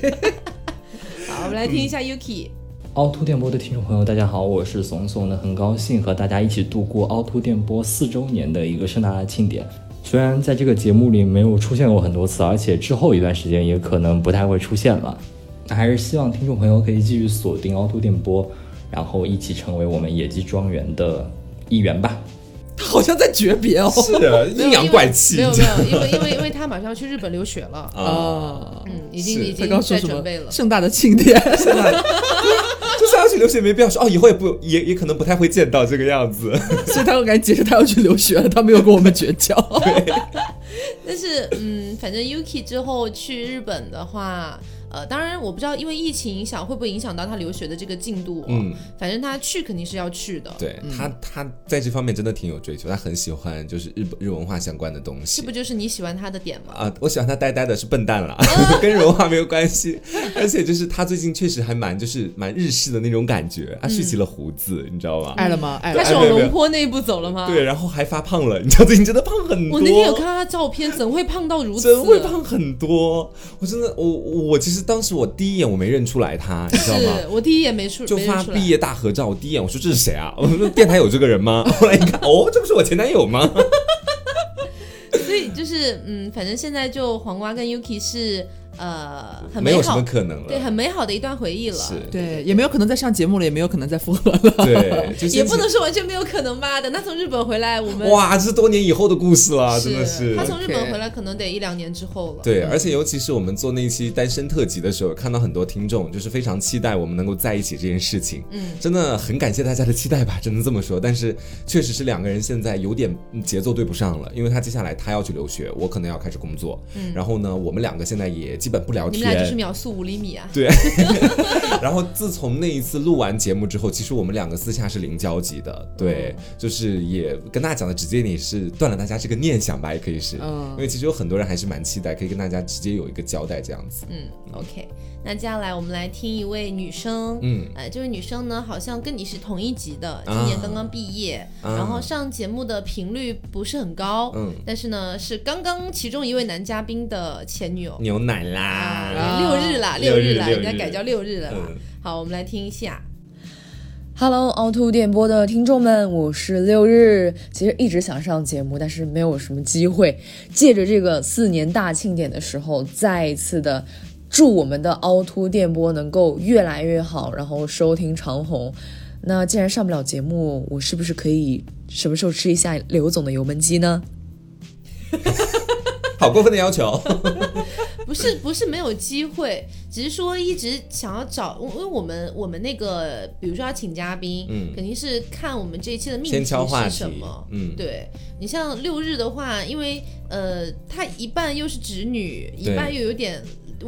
[SPEAKER 1] 好，我们来听一下 Yuki。
[SPEAKER 10] 凹凸电波的听众朋友，大家好，我是怂怂的，很高兴和大家一起度过凹凸电波四周年的一个盛大的庆典。虽然在这个节目里没有出现过很多次，而且之后一段时间也可能不太会出现了，那还是希望听众朋友可以继续锁定凹凸电波，然后一起成为我们野鸡庄园的一员吧。
[SPEAKER 3] 好像在诀别哦。
[SPEAKER 2] 是的，阴阳怪气
[SPEAKER 1] 没有
[SPEAKER 2] 你
[SPEAKER 1] 没
[SPEAKER 2] 知道
[SPEAKER 1] 有，因为因为因为他马上要去日本留学了，
[SPEAKER 2] *laughs* 啊，
[SPEAKER 3] 啊，
[SPEAKER 1] 嗯，已经
[SPEAKER 2] 是
[SPEAKER 1] 已
[SPEAKER 3] 他
[SPEAKER 1] 经
[SPEAKER 3] 刚说
[SPEAKER 1] 在
[SPEAKER 3] 什么
[SPEAKER 1] 准备了？。
[SPEAKER 3] 盛大的庆 *laughs* 典，
[SPEAKER 2] 就算要去留学，没必要说哦，以后也不也也可能不太会见到这个样子。
[SPEAKER 3] 所以他要赶紧解释他要去留学了，他没有跟我们绝交。
[SPEAKER 1] 但是嗯，反正 Yuki 之后去日本的话，呃，当然我不知道因为疫情影响会不会影响到他留学的这个进度、哦，
[SPEAKER 2] 嗯，
[SPEAKER 1] 反正他去肯定是要去的，，
[SPEAKER 2] 对他，他在这方面真的挺有追求，他很喜欢就是日本日文化相关的东西
[SPEAKER 1] 这不。就是你喜欢他的点吗？
[SPEAKER 2] 啊，我喜欢他呆呆的，是笨蛋啦，
[SPEAKER 1] 啊
[SPEAKER 2] *laughs* 跟人文化没有关系。而且就是他最近确实还蛮就是蛮日式的那种感觉，他
[SPEAKER 1] 嗯
[SPEAKER 2] 蓄起了胡子，你知道吗？
[SPEAKER 3] *laughs* 爱了吗？爱
[SPEAKER 1] 他
[SPEAKER 2] 哎
[SPEAKER 3] 了。
[SPEAKER 1] 是往龙坡那一步走了吗？
[SPEAKER 2] 对，然后还发胖了，你知道最近真的胖很
[SPEAKER 1] 啊
[SPEAKER 2] 多。
[SPEAKER 1] 我那天有看啊他照片，怎会胖到如此？
[SPEAKER 2] 真会胖很多，我真的，我我其实当时我第一眼我没认出来他，你
[SPEAKER 1] *laughs*
[SPEAKER 2] 知道吗
[SPEAKER 1] 是？我第一眼没出，
[SPEAKER 2] 就
[SPEAKER 1] 没认
[SPEAKER 2] 发啊
[SPEAKER 1] 出来
[SPEAKER 2] 毕业大合照，我第一眼我说这是谁啊？我说电台有这个人吗？ *laughs* 后来一看，哦，这不是我前男友吗？
[SPEAKER 1] 所以就是嗯，反正现在就黄瓜跟 Yuki 是呃很
[SPEAKER 2] 没
[SPEAKER 1] 美
[SPEAKER 2] 有什
[SPEAKER 1] 好
[SPEAKER 2] 么，可能了。
[SPEAKER 1] 对，很美好的一段回忆了。
[SPEAKER 2] 是，
[SPEAKER 3] 对，也没有可能再上节目了，也没有可能再复合了。
[SPEAKER 2] 对，就
[SPEAKER 1] 也
[SPEAKER 2] 先
[SPEAKER 1] 不能说完全没有可能吧。等他从日本回来，我们
[SPEAKER 2] 哇，这是多年以后的故事了，真的
[SPEAKER 1] 是
[SPEAKER 2] 是
[SPEAKER 1] 他。从日本
[SPEAKER 3] OK
[SPEAKER 1] 回来，可能得一两年之后了。
[SPEAKER 2] 对，而且尤其是我们做那一期单身特辑的时候，看到很多听众就是非常期待我们能够在一起这件事情，
[SPEAKER 1] 嗯，
[SPEAKER 2] 真的很感谢大家的期待吧，只能这么说。但是确实是两个人现在有点嗯节奏对不上了，因为他接下来他要去留学，我可能要开始工作，嗯，然后呢，我们两个现在也基本不聊
[SPEAKER 1] 你
[SPEAKER 2] 天，
[SPEAKER 1] 们俩就是秒速五厘米啊！
[SPEAKER 2] 对，然后自从那一次录完节目之后，其实我们两个私下是零交集的，对，就是也跟大家讲的直接点，也是断了大家这个念想吧，也可以是，
[SPEAKER 3] 嗯
[SPEAKER 2] 因为其实有很多人还是蛮期待可以跟大家直接有一个交代这样子，
[SPEAKER 1] 嗯，OK。那接下来我们来听一位女生，
[SPEAKER 2] 嗯
[SPEAKER 1] 呃，这位女生呢，好像跟你是同一级的，今
[SPEAKER 2] 啊
[SPEAKER 1] 年刚刚毕业，
[SPEAKER 2] 啊
[SPEAKER 1] 然后上节目的频率不是很高，
[SPEAKER 2] 嗯
[SPEAKER 1] 但是呢，是刚刚其中一位男嘉宾的前女友，
[SPEAKER 2] 牛奶啦，
[SPEAKER 1] 啊，六日啦，六
[SPEAKER 2] 嗯六日
[SPEAKER 1] 啦，
[SPEAKER 2] 六日
[SPEAKER 1] 人家改叫六日了啦。
[SPEAKER 2] 嗯
[SPEAKER 1] 好，我们来听一下，
[SPEAKER 11] Hello，凹凸电波的听众们，我是六日。其实一直想上节目，但是没有什么机会。借着这个四年大庆典的时候，再一次的祝我们的凹凸电波能够越来越好，然后收听长虹。那既然上不了节目，我是不是可以什么时候吃一下刘总的油焖鸡呢？
[SPEAKER 2] 好过分的要
[SPEAKER 1] *laughs*
[SPEAKER 2] 求，
[SPEAKER 1] 不是
[SPEAKER 2] *laughs*
[SPEAKER 1] 不是没有机会，只是说一直想要找，因为我们我们那个，比如说要请嘉宾，
[SPEAKER 2] 嗯
[SPEAKER 1] 肯定是看我们这一期的命
[SPEAKER 2] 先
[SPEAKER 1] 题
[SPEAKER 2] 敲话
[SPEAKER 1] 是什
[SPEAKER 2] 题
[SPEAKER 1] 么，。
[SPEAKER 2] 嗯，
[SPEAKER 1] 对你像六日的话，因为呃，她一半又是直女，一
[SPEAKER 2] 对
[SPEAKER 1] 半又有点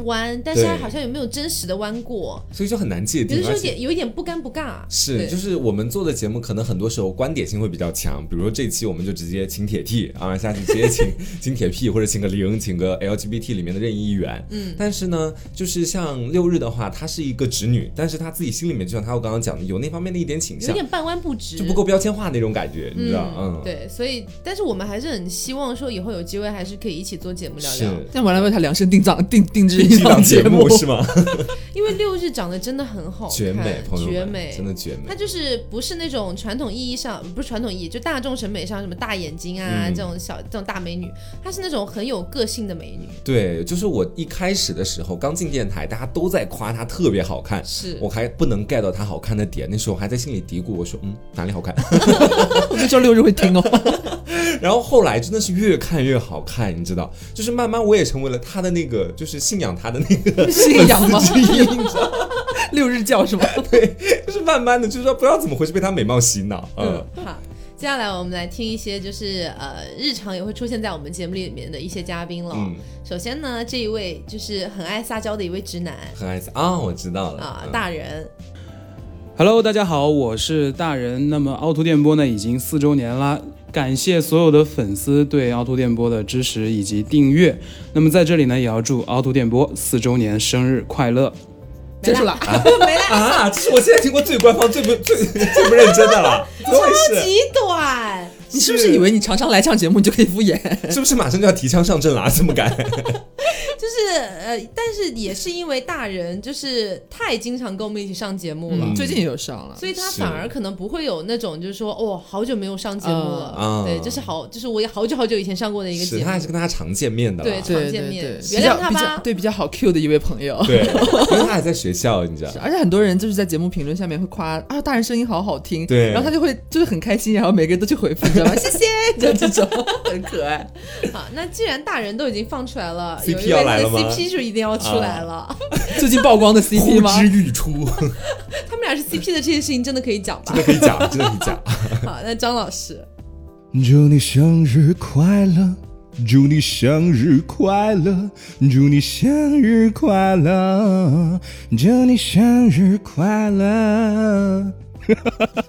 [SPEAKER 1] 弯，但是她
[SPEAKER 2] 对
[SPEAKER 1] 好像有没有真实的弯过？
[SPEAKER 2] 所以就很难界
[SPEAKER 1] 有
[SPEAKER 2] 定
[SPEAKER 1] 的，时
[SPEAKER 2] 而
[SPEAKER 1] 候有
[SPEAKER 2] 且。
[SPEAKER 1] 点有一点不尴不尬，
[SPEAKER 2] 是，
[SPEAKER 1] 对
[SPEAKER 2] 就是我们做的节目，可能很多时候观点性会比较强，比如说这期我们就直接请铁 T 啊，下期直接请请铁 P 或者请个零，请个 LGBT 里面的任意一员。嗯，但是呢，就是像六日的话，她是一个直女，但是她自己心里面就像她我刚刚讲的，有那方面的一点倾
[SPEAKER 1] 有
[SPEAKER 2] 向，
[SPEAKER 1] 点半弯不直，
[SPEAKER 2] 就不够标签化那种感觉，你知道？嗯，，
[SPEAKER 1] 对，所以但是我们还是很希望说以后有机会还是可以一起做节目聊
[SPEAKER 2] 是
[SPEAKER 1] 聊，
[SPEAKER 2] *laughs*
[SPEAKER 3] 但我来为他量身定造定定制
[SPEAKER 2] 这
[SPEAKER 3] 一档
[SPEAKER 2] 档节
[SPEAKER 3] 目
[SPEAKER 2] 目
[SPEAKER 1] *laughs*
[SPEAKER 2] 是吗？
[SPEAKER 1] 因为六日长得真的很好看，
[SPEAKER 2] 绝美，朋友们，
[SPEAKER 1] 绝美，
[SPEAKER 2] 真的绝美
[SPEAKER 1] 它。就是不是那种传统意义上，不是传统意义，就大众审美上什么大眼睛啊、
[SPEAKER 2] 嗯
[SPEAKER 1] 这种小这种大美女，她是那种很有个性的美女，
[SPEAKER 2] 对，就是我一开始的时候，刚进电台，大家都在夸她特别好看，
[SPEAKER 1] 是
[SPEAKER 2] 我还不能 get 到她好看的点，那时候我还在心里嘀咕，我说嗯哪里好看？ *laughs*
[SPEAKER 3] 我就周六日会听哦。
[SPEAKER 2] 然后后来真的是越看越好看，你知道，就是慢慢我也成为了她的那个，就是信仰她的那个 *laughs*
[SPEAKER 3] 信仰吗
[SPEAKER 2] 粉丝之一，你知道，
[SPEAKER 3] 六日教是吗？
[SPEAKER 2] 就是慢慢的，就是说不知道怎么回事被她美貌洗脑，嗯
[SPEAKER 1] 嗯，好。接下来我们来听一些，就是呃，日常也会出现在我们节目里面的一些嘉宾了。
[SPEAKER 2] 嗯，
[SPEAKER 1] 首先呢，这一位就是很爱撒娇的一位直男
[SPEAKER 2] 很爱死啊，我知道了
[SPEAKER 1] 啊、
[SPEAKER 2] 嗯
[SPEAKER 1] 大
[SPEAKER 2] *laughs*
[SPEAKER 1] 人，
[SPEAKER 12] Hello，大家好，我是大人。那么凹凸电波呢，已经四周年啦，感谢所有的粉丝对凹凸电波的支持以及订阅。那么在这里呢，也要祝凹凸电波四周年生日快乐！
[SPEAKER 3] 结束了，
[SPEAKER 2] 啊，这是我现在听过最官方、最不最 *laughs* 最不认真的了，怎么
[SPEAKER 1] *laughs*
[SPEAKER 2] 回
[SPEAKER 1] 超
[SPEAKER 2] 事？
[SPEAKER 1] 级短，
[SPEAKER 3] 你是不是以为你常常来上节目你就可以敷衍？
[SPEAKER 2] 是不是马上就要提枪上阵了、啊？这么赶？
[SPEAKER 1] 就是呃，但是也是因为大人就是太经常跟我们一起上节目了，
[SPEAKER 2] 嗯
[SPEAKER 3] 最近也有上了，
[SPEAKER 1] 所以他
[SPEAKER 2] 是
[SPEAKER 1] 反而可能不会有那种就是说哦，好久没有上节目了，
[SPEAKER 2] 嗯
[SPEAKER 1] 对，
[SPEAKER 2] 嗯
[SPEAKER 1] 这是好，这是我也好久好久以前上过 *laughs* 的一个
[SPEAKER 2] 是
[SPEAKER 1] 节
[SPEAKER 2] 他
[SPEAKER 1] 目
[SPEAKER 2] 还，
[SPEAKER 1] *laughs*
[SPEAKER 2] 是跟大家常见面的啦，
[SPEAKER 1] 对
[SPEAKER 3] 对
[SPEAKER 1] 常见
[SPEAKER 3] 对
[SPEAKER 1] 面
[SPEAKER 3] 对，
[SPEAKER 1] 原
[SPEAKER 3] 比较
[SPEAKER 1] 谅他
[SPEAKER 3] 比
[SPEAKER 1] 吧
[SPEAKER 3] 较对比较好 Q 的一位朋友。
[SPEAKER 2] 对，因为他还在学校，你知道
[SPEAKER 3] 是，啊而且很多人就是在节目评论下面会夸啊，大人声音好好听，
[SPEAKER 2] 对
[SPEAKER 3] 然后他就会就是很开心，然后每个人都去回复，你知
[SPEAKER 1] *laughs*
[SPEAKER 3] 道吗？ *laughs* 谢谢，就这种很可爱。
[SPEAKER 1] 好，那既然大人都已经放出来了，
[SPEAKER 2] CP
[SPEAKER 1] 有一位
[SPEAKER 2] 要来了吗
[SPEAKER 1] CP 就一定要出来了。
[SPEAKER 3] 最近曝光的
[SPEAKER 2] *laughs*
[SPEAKER 3] CP 吗？
[SPEAKER 2] 欲出，
[SPEAKER 1] 他们俩是 CP 的这件事情真的可以讲吧 *laughs*
[SPEAKER 2] 真？的可以讲， *laughs* 真的可以讲。
[SPEAKER 1] 好，那张老师，
[SPEAKER 12] 祝你生日快乐，
[SPEAKER 13] 祝你生日快乐，祝你生日快乐，祝你生日快乐。 *laughs*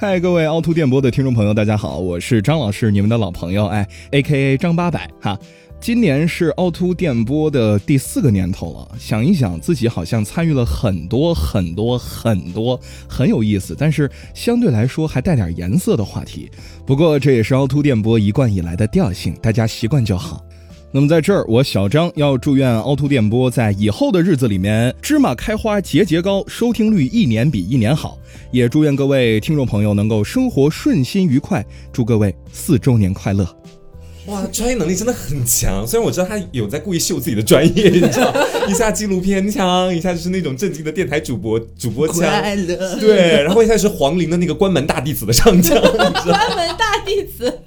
[SPEAKER 13] 嗨，各位凹凸电波的听众朋友，大家好，我是张老师，你们的老朋友，哎，A K A 张八百哈。今年是凹凸电波的第四个年头了，想一想自己好像参与了很多很多很多很有意思，但是相对来说还带点颜色的话题。不过这也是凹凸电波一贯以来的调性，大家习惯就好。那么在这儿，我小张要祝愿凹凸电波在以后的日子里面，芝麻开花节节高，收听率一年比一年好。也祝愿各位听众朋友能够生活顺心愉快，祝各位四周年快乐！
[SPEAKER 2] 哇，专业能力真的很强。虽然我知道他有在故意秀自己的专业，你知道，一下纪录片腔，一下就是那种正经的电台主播主播腔，
[SPEAKER 3] *laughs* 快乐
[SPEAKER 2] *laughs* 对，然后一下是黄龄的那个关门大弟子的唱腔，你知道。
[SPEAKER 1] 嗯关门大弟子。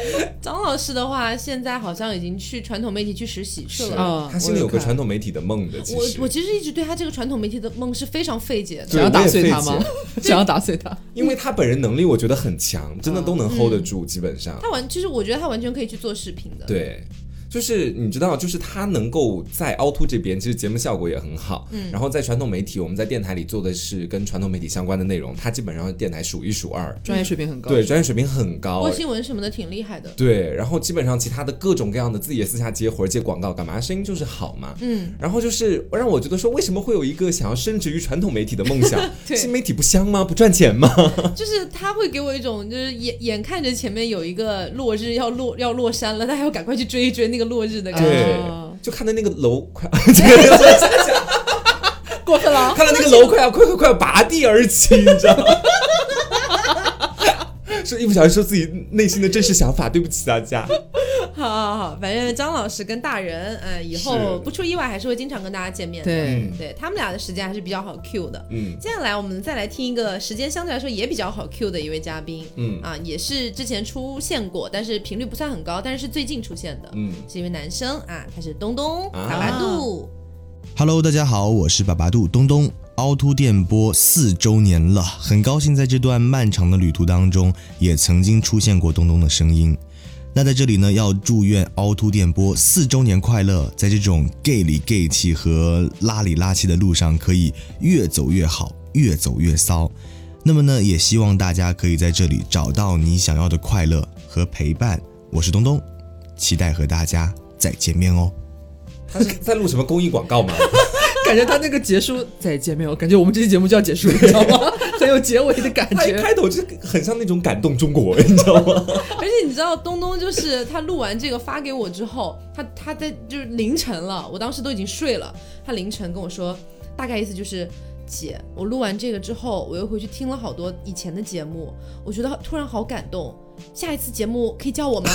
[SPEAKER 1] *laughs* 张老师的话，现在好像已经去传统媒体去实习去
[SPEAKER 2] 是
[SPEAKER 1] 了。
[SPEAKER 2] 他心里有个传统媒体的梦的，其实
[SPEAKER 1] 我我其实一直对他这个传统媒体的梦是非常费解的。
[SPEAKER 2] 对想要打碎他吗我也费
[SPEAKER 3] *laughs* 想要打碎他，
[SPEAKER 2] 因为他本人能力我觉得很强，真的都能 hold 得住，基本上。
[SPEAKER 1] 他完，其实我觉得他完全可以去做视频的。
[SPEAKER 2] 对，就是你知道，就是他能够在凹凸这边，其实节目效果也很好。
[SPEAKER 1] 嗯
[SPEAKER 2] 然后在传统媒体，我们在电台里做的是跟传统媒体相关的内容，他基本上是电台数一数二，
[SPEAKER 3] 专业水平很高。
[SPEAKER 2] 对，专业水平很高
[SPEAKER 1] 播。新闻什么的挺厉害的。
[SPEAKER 2] 对，然后基本上其他的各种各样的自己也私下接活儿、接广告干嘛，声音就是好嘛。
[SPEAKER 1] 嗯，？
[SPEAKER 2] 然后就是让我觉得说，为什么会有一个想要升职于传统媒体的梦想
[SPEAKER 1] *laughs* 对
[SPEAKER 2] 新媒体不香吗？不赚钱吗？
[SPEAKER 1] *laughs* 就是他会给我一种，就是眼眼看着前面有一个落日要落要落山了，他还要赶快去追一追那个落日的感
[SPEAKER 2] 对
[SPEAKER 1] 觉。，
[SPEAKER 2] 就看到那个楼快， *laughs* 看
[SPEAKER 1] 过分了
[SPEAKER 2] 到那个楼快要快快快要拔地而起，你知道吗？ *laughs* 说一不小心说自己内心的真实想法，对不起大家。
[SPEAKER 1] 好好好，反正张老师跟大人，呃，以后
[SPEAKER 2] 是
[SPEAKER 1] 不出意外还是会经常跟大家见面的。
[SPEAKER 3] 对嗯
[SPEAKER 1] 对他们俩的时间还是比较好 Q 的。
[SPEAKER 2] 嗯
[SPEAKER 1] 接下来我们再来听一个时间相对来说也比较好 Q 的一位嘉宾，
[SPEAKER 2] 嗯
[SPEAKER 1] 啊，也是之前出现过，但是频率不算很高，但是是最近出现的，
[SPEAKER 2] 嗯
[SPEAKER 1] 是一位男生啊，他是东东
[SPEAKER 14] 啊
[SPEAKER 1] 大白兔，
[SPEAKER 14] Hello，大家好，我是爸爸杜东东。凹凸电波四周年了，很高兴在这段漫长的旅途当中，也曾经出现过东东的声音。那在这里呢，要祝愿凹凸电波四周年快乐，在这种 gay 里 gay 气和拉里拉气的路上，可以越走越好，越走越骚。那么呢，也希望大家可以在这里找到你想要的快乐和陪伴。我是东东，期待和大家再见面哦。
[SPEAKER 2] 他是在录什么公益广告吗？
[SPEAKER 3] 感觉他那个结束再见没有？感觉我们这期节目就要结束了，你知道吗？ *laughs* 很有结尾的感
[SPEAKER 2] 开
[SPEAKER 3] 觉。
[SPEAKER 2] 开头就是很像那种感动中国，你知道吗？
[SPEAKER 1] *laughs* 而且你知道东东就是他录完这个发给我之后，他他在就是凌晨了，我当时都已经睡了，他凌晨跟我说，大概意思就是。姐，我录完这个之后，我又回去听了好多以前的节目，我觉得突然好感动。下一次节目可以叫 *laughs* 我吗？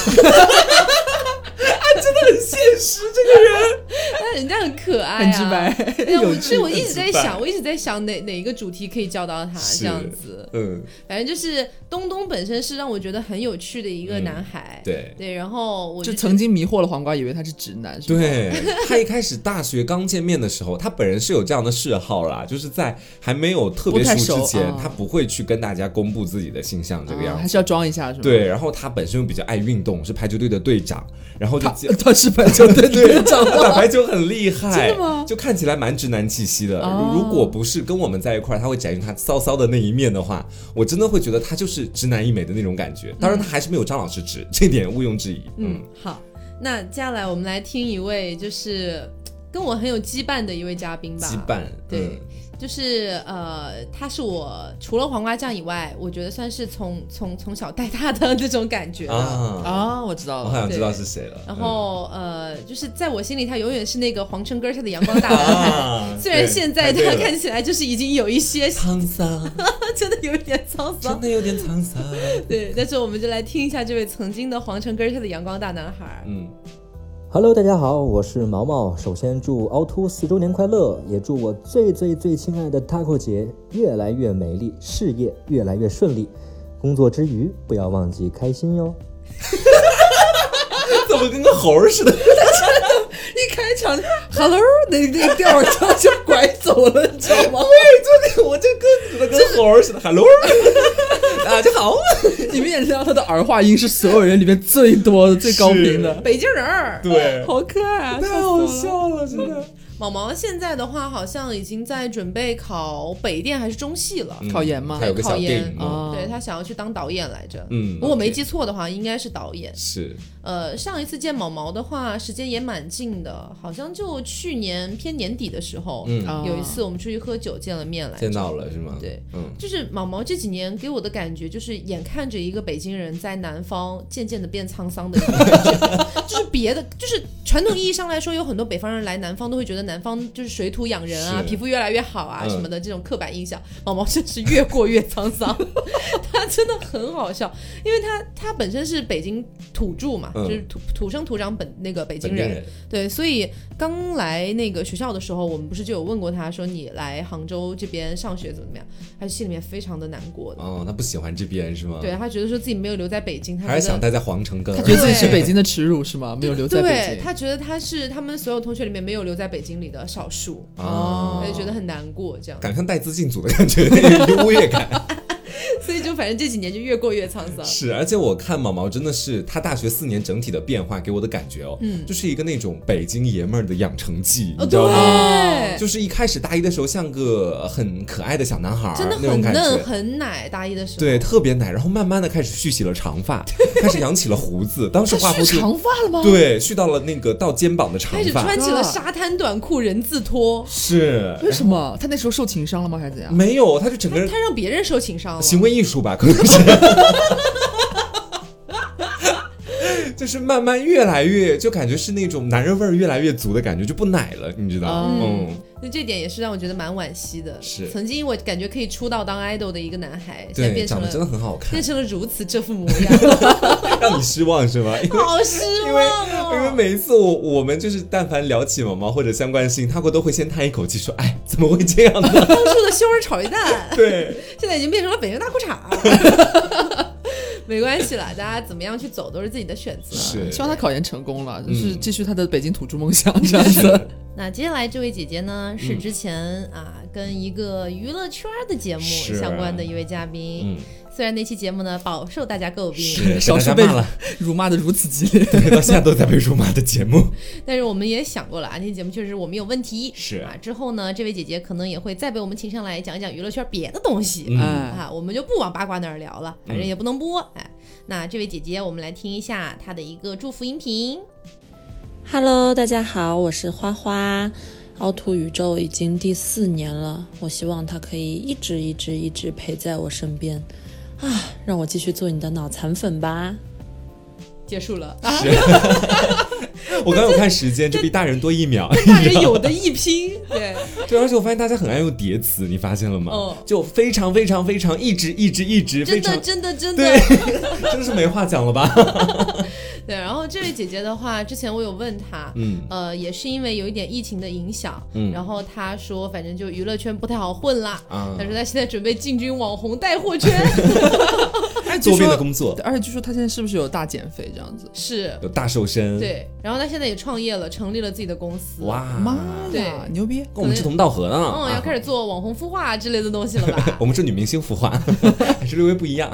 [SPEAKER 2] 真的很现实，这个人。
[SPEAKER 1] 但人家很可爱、啊，
[SPEAKER 3] 很直白
[SPEAKER 1] 对啊，我
[SPEAKER 3] 有趣
[SPEAKER 1] 所以我一直在
[SPEAKER 3] 很直白
[SPEAKER 1] 想，我一直在想哪哪一个主题可以叫到他这样子。
[SPEAKER 2] 子，嗯，
[SPEAKER 1] 反正就是东东本身是让我觉得很有趣的一个男孩，
[SPEAKER 2] 嗯对。
[SPEAKER 1] 对，然后我觉
[SPEAKER 3] 就
[SPEAKER 1] 得
[SPEAKER 3] 曾经迷惑了黄瓜，以为他是直男，是吧？
[SPEAKER 2] 对他一开始大学刚见面的时候，他本人是有这样的嗜好啦，就是在还没有特别
[SPEAKER 3] 不太
[SPEAKER 2] 熟
[SPEAKER 3] 熟
[SPEAKER 2] 之前，
[SPEAKER 3] 啊
[SPEAKER 2] 他不会去跟大家公布自己的性向这个
[SPEAKER 3] 啊
[SPEAKER 2] 样
[SPEAKER 3] 还
[SPEAKER 2] 子。
[SPEAKER 3] 是要装一下，是吧？
[SPEAKER 2] 对，，然后他本身又比较爱运动，是排球队的队长，然后就见
[SPEAKER 3] *laughs* 他是排球队队长
[SPEAKER 2] 对他打排球很厉害，
[SPEAKER 3] 真的吗
[SPEAKER 2] 就看起来蛮直男气息的。如、
[SPEAKER 3] 哦
[SPEAKER 2] 如果不是跟我们在一块儿，他会展现他骚骚的那一面的话，我真的会觉得他就是直男一美的那种感觉。
[SPEAKER 3] 嗯
[SPEAKER 2] 当然，他还是没有张老师直，这点毋庸置疑。嗯
[SPEAKER 1] 嗯，好，那接下来我们来听一位就是跟我很有羁绊的一位嘉宾吧。
[SPEAKER 2] 羁绊，
[SPEAKER 1] 对
[SPEAKER 2] 嗯
[SPEAKER 1] 就是呃，他是我除了黄瓜酱以外，我觉得算是从从从小带大的这种感觉了
[SPEAKER 2] 啊
[SPEAKER 3] 啊，我知道
[SPEAKER 2] 我好想知道是谁了。
[SPEAKER 1] 然
[SPEAKER 2] 嗯
[SPEAKER 1] 后、呃，就是在我心里，他永远是那个皇城根下的阳光大男孩。
[SPEAKER 2] *laughs* 啊
[SPEAKER 1] 虽然
[SPEAKER 2] 对
[SPEAKER 1] 现在
[SPEAKER 2] 太对
[SPEAKER 1] 他
[SPEAKER 2] 了
[SPEAKER 1] 看起来就是已经有一些
[SPEAKER 3] *laughs*
[SPEAKER 2] 沧桑，
[SPEAKER 1] 真的有一点沧
[SPEAKER 2] 真
[SPEAKER 1] 桑。
[SPEAKER 2] 的有点沧
[SPEAKER 3] *laughs*
[SPEAKER 2] 桑。
[SPEAKER 1] 对，但是我们就来听一下这位曾经的皇城根下的阳光大男孩。
[SPEAKER 2] 嗯
[SPEAKER 15] Hello，大家好，我是毛毛。首先祝凹凸四周年快乐，也祝我最最最亲爱的 Taco 姐越来越美丽，事业越来越顺利，工作之余不要忘记开心哟。
[SPEAKER 2] 怎么跟个猴儿似的？
[SPEAKER 3] 一开场，Hello，那那个调儿就就拐走了，你知道吗？ *laughs*
[SPEAKER 2] 对，就那个，我就跟跟猴儿似的，Hello，
[SPEAKER 3] 大家啊好， *laughs* 你们也知道他的儿化音是所有人里面最多的、最高频的。
[SPEAKER 1] 北京人儿，
[SPEAKER 2] 对
[SPEAKER 3] 好可爱啊！
[SPEAKER 1] 太
[SPEAKER 3] 好
[SPEAKER 1] 笑
[SPEAKER 2] 了，真的。
[SPEAKER 1] 毛毛现在的话，好像已经在准备考北电还是中戏了，
[SPEAKER 2] 嗯
[SPEAKER 3] 考研吗
[SPEAKER 1] 对
[SPEAKER 3] 还有个小
[SPEAKER 1] 考研
[SPEAKER 3] 电影吗
[SPEAKER 1] 对他想要去当导演来着。
[SPEAKER 2] 嗯
[SPEAKER 1] 如果我没
[SPEAKER 2] OK
[SPEAKER 1] 记错的话，应该是导演。
[SPEAKER 2] 是
[SPEAKER 1] 呃，上一次见毛毛的话，时间也蛮近的，好像就去年偏年底的时候，
[SPEAKER 2] 嗯啊
[SPEAKER 1] 有一次我们出去喝酒见了面来着，
[SPEAKER 2] 见到了是吗？
[SPEAKER 1] 哎对，
[SPEAKER 2] 嗯，
[SPEAKER 1] 就是毛毛这几年给我的感觉，就是眼看着一个北京人在南方渐渐的变沧桑的一个感觉，就是别的，就是传统意义上来说，有很多北方人来南方都会觉得南方就是水土养人啊，
[SPEAKER 2] 是
[SPEAKER 1] 皮肤越来越好啊
[SPEAKER 2] 嗯
[SPEAKER 1] 什么的这种刻板印象。毛毛真是越过越沧桑， *laughs* 他真的很好笑，因为他他本身是北京土著嘛，
[SPEAKER 2] 嗯
[SPEAKER 1] 就是土土生土长本那个北京
[SPEAKER 2] 本地
[SPEAKER 1] 人，
[SPEAKER 2] 人
[SPEAKER 1] 对，所以刚来那个学校的时候，我们不是就有问过他说你来杭州这边上学怎么怎么样，他心里面非常的难过的，
[SPEAKER 2] 哦，他不喜欢这边是吗？
[SPEAKER 1] 对，他觉得说自己没有留在北京，他
[SPEAKER 2] 还是
[SPEAKER 1] 觉
[SPEAKER 2] 想
[SPEAKER 1] 得
[SPEAKER 2] 待在皇城根儿，
[SPEAKER 1] 他觉得自己是北
[SPEAKER 3] 北京的耻辱是吗？没有留在北
[SPEAKER 1] 对
[SPEAKER 3] 京。
[SPEAKER 1] 他觉得他是他们所有同学里面没有留在北京里的少数，
[SPEAKER 2] 哦
[SPEAKER 1] 他就觉得很难过这样， *laughs*
[SPEAKER 2] 感觉像带资进组的感觉， *laughs* 有优越感。
[SPEAKER 1] 所以就反正这几年就越过越沧桑。
[SPEAKER 2] 是，而且我看毛毛真的是他大学四年整体的变化给我的感觉哦，
[SPEAKER 1] 嗯
[SPEAKER 2] 就是一个那种北京爷们儿的养成记，
[SPEAKER 1] 哦
[SPEAKER 2] 你知道吗？
[SPEAKER 1] 对
[SPEAKER 2] *laughs* 就是一开始大一的时候像个很可爱的小男孩儿，
[SPEAKER 1] 真的
[SPEAKER 2] 那种
[SPEAKER 1] 很
[SPEAKER 2] 感
[SPEAKER 1] 嫩
[SPEAKER 2] 觉。
[SPEAKER 1] 很奶，大一的时候。
[SPEAKER 2] 对，特别奶，然后慢慢的开始蓄起了
[SPEAKER 1] *laughs*
[SPEAKER 2] 长发，开始养起了胡子，当时
[SPEAKER 1] 他
[SPEAKER 2] 画
[SPEAKER 1] 蓄
[SPEAKER 2] 胡子
[SPEAKER 1] 长发了吗
[SPEAKER 2] 对，蓄到了那个到肩膀的长发，
[SPEAKER 1] 开始穿起了沙滩短裤、人字拖，
[SPEAKER 2] 是
[SPEAKER 3] 为什么？他那时候受情伤了吗？还是怎样？
[SPEAKER 2] 没有，他就整个人
[SPEAKER 1] 他让别人受情伤了。
[SPEAKER 2] 行为艺术吧，可能是。 *laughs* 就是慢慢越来越，就感觉是那种男人味儿越来越足的感觉，就不奶了，你知道？
[SPEAKER 1] 嗯
[SPEAKER 2] 嗯，
[SPEAKER 1] 那这点也是让我觉得蛮惋惜的。
[SPEAKER 2] 是
[SPEAKER 1] 曾经我感觉可以出道当 idol 的一个男孩，现在
[SPEAKER 2] 对，
[SPEAKER 1] 变
[SPEAKER 2] 长
[SPEAKER 1] 成了
[SPEAKER 2] 得真的很好看
[SPEAKER 1] 变，成了如此这副模
[SPEAKER 2] *laughs*
[SPEAKER 1] 样，
[SPEAKER 2] 让你失望是吗？因 *laughs* 为
[SPEAKER 1] 好失望哦！
[SPEAKER 2] 因为每一次我我们就是但凡聊起毛毛或者相关性，他会都会先叹一口气说：“哎，怎么会这样呢 *laughs*
[SPEAKER 1] 当初的西红柿炒鱼蛋，
[SPEAKER 2] 对，
[SPEAKER 1] 现在已经变成了北京大裤衩。 *laughs* 没关系啦，大家怎么样去走都是自己的选择。
[SPEAKER 3] 是希望他考研成功了，
[SPEAKER 2] 嗯
[SPEAKER 3] 就是继续他的北京土著梦想 *laughs* 这样子。
[SPEAKER 1] 那接下来这位姐姐呢，是
[SPEAKER 3] 嗯
[SPEAKER 1] 之前、啊跟一个娱乐圈儿的节目
[SPEAKER 2] 是啊
[SPEAKER 1] 相关的一位嘉宾。
[SPEAKER 2] 嗯
[SPEAKER 1] 虽然那期节目呢饱受大家诟病，
[SPEAKER 2] 是
[SPEAKER 3] 少数
[SPEAKER 2] 被
[SPEAKER 3] 被
[SPEAKER 2] 大家骂了，
[SPEAKER 3] 辱骂的如此激烈？”
[SPEAKER 2] 对，到现在都在被辱骂的节目，
[SPEAKER 1] 但是我们也想过了啊，那期节目确实我们有问题。
[SPEAKER 2] 是
[SPEAKER 1] 啊，之后呢，这位姐姐可能也会再被我们请上来讲一讲娱乐圈别的东西、
[SPEAKER 3] 哎
[SPEAKER 2] 嗯
[SPEAKER 1] 啊，我们就不往八卦那儿聊了，反正
[SPEAKER 2] 嗯
[SPEAKER 1] 也不能播。哎，那这位姐姐，我们来听一下她的一个祝福音频。
[SPEAKER 16] Hello，大家好，我是花花。凹凸宇宙已经第四年了，我希望它可以一直一直一直陪在我身边啊！让我继续做你的脑残粉吧。
[SPEAKER 1] 结束了，
[SPEAKER 2] 是 *laughs* 我刚有看
[SPEAKER 1] *laughs*
[SPEAKER 2] 时间，这比大人多一秒， *laughs*
[SPEAKER 1] 大人有的一拼， *laughs* 对，
[SPEAKER 2] *laughs* 对，而且我发现大家很爱用叠词，你发现了吗？
[SPEAKER 1] 哦
[SPEAKER 2] 就非常非常非常一直一直一直，非
[SPEAKER 1] 真
[SPEAKER 2] 常
[SPEAKER 1] 的真的真的
[SPEAKER 2] *laughs* 对， *laughs* 真的是没话讲
[SPEAKER 1] *laughs*
[SPEAKER 2] 了吧？
[SPEAKER 1] 对。然后这位姐姐的话，之前我有问她，
[SPEAKER 2] 嗯
[SPEAKER 1] 呃，也是因为有一点疫情的影响，
[SPEAKER 2] 嗯
[SPEAKER 1] 然后她说反正就娱乐圈不太好混啦，
[SPEAKER 2] 啊
[SPEAKER 1] 她说她现在准备进军网红带货
[SPEAKER 2] *laughs*
[SPEAKER 1] 圈，
[SPEAKER 3] 哎，
[SPEAKER 2] 多边的
[SPEAKER 3] 据说
[SPEAKER 2] 工作
[SPEAKER 3] *laughs* 对而且据说他现在是不是有大减肥这样子？
[SPEAKER 1] 是，
[SPEAKER 2] 有大瘦身，，
[SPEAKER 1] 对，然后她现在也创业了，成立了自己的公司，
[SPEAKER 2] 嗯哇，
[SPEAKER 1] 对，
[SPEAKER 3] 牛逼，
[SPEAKER 2] 跟我们志同道合呢。
[SPEAKER 1] 嗯，要开始做网红孵化之类的东西
[SPEAKER 2] *laughs*
[SPEAKER 1] 了吧？
[SPEAKER 2] 啊 *laughs* 我们是女明星孵化， *laughs* 还是略微不一样。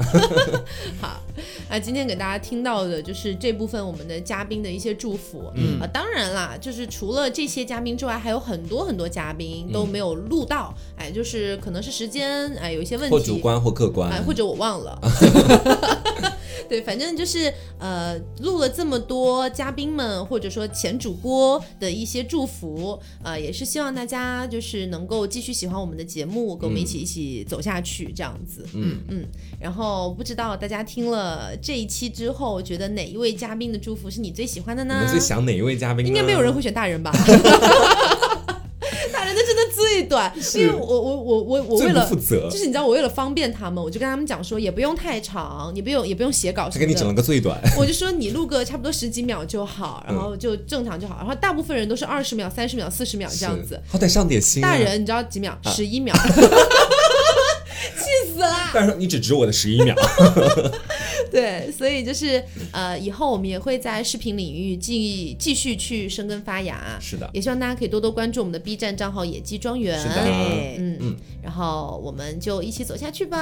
[SPEAKER 1] 啊，今天给大家听到的就是这部分我们的嘉宾的一些祝福。
[SPEAKER 2] 嗯
[SPEAKER 1] 啊，当然啦，就是除了这些嘉宾之外，还有很多很多嘉宾都
[SPEAKER 2] 嗯
[SPEAKER 1] 没有录到，哎，就是可能是时间，哎，有一些 *laughs* 问题，
[SPEAKER 2] 或主观或客观
[SPEAKER 1] 哎，或者我忘了。 *laughs* 对，反正就是呃，录了这么多嘉宾们或者说前主播的一些祝福，呃，也是希望大家就是能够继续喜欢我们的节目，跟我们一起
[SPEAKER 2] 嗯
[SPEAKER 1] 一起走下去这样子。
[SPEAKER 2] 嗯
[SPEAKER 1] 嗯，然后不知道大家听了这一期之后，觉得哪一位嘉宾的祝福是你最喜欢的
[SPEAKER 2] 你
[SPEAKER 1] 呢？
[SPEAKER 2] 们最想哪一位嘉宾呢？
[SPEAKER 1] 应该没有人会选大人吧？ *laughs* 大人的真的最短，因为我我我我我
[SPEAKER 2] 最
[SPEAKER 1] 为
[SPEAKER 2] 不
[SPEAKER 1] 了
[SPEAKER 2] 负责
[SPEAKER 1] 就是你知道我为了方便他们，我就跟他们讲说也不用太长，也不用也不用写稿什
[SPEAKER 2] 他
[SPEAKER 1] 么的，
[SPEAKER 2] 给你整了个最短，
[SPEAKER 1] 我就说你录个差不多十几秒就好，然
[SPEAKER 2] 嗯
[SPEAKER 1] 后就正常就好，然后大部分人都是二十秒、三十秒、四十秒这样子
[SPEAKER 2] 是。好歹上点心啊。
[SPEAKER 1] 大人你知道几秒？
[SPEAKER 2] 啊
[SPEAKER 1] 十一
[SPEAKER 2] *laughs*
[SPEAKER 1] 秒，气死啦！
[SPEAKER 2] 但是你只指我的十一秒，
[SPEAKER 1] 对，所以就是呃，以后我们也会在视频领域继继续去生根发芽。
[SPEAKER 2] 是
[SPEAKER 1] *laughs*
[SPEAKER 2] 的
[SPEAKER 1] 也希望大家可以多多关注我们的 B 站账号“野鸡庄园”。
[SPEAKER 2] 是的对
[SPEAKER 1] 嗯然后我们就一起走下去吧。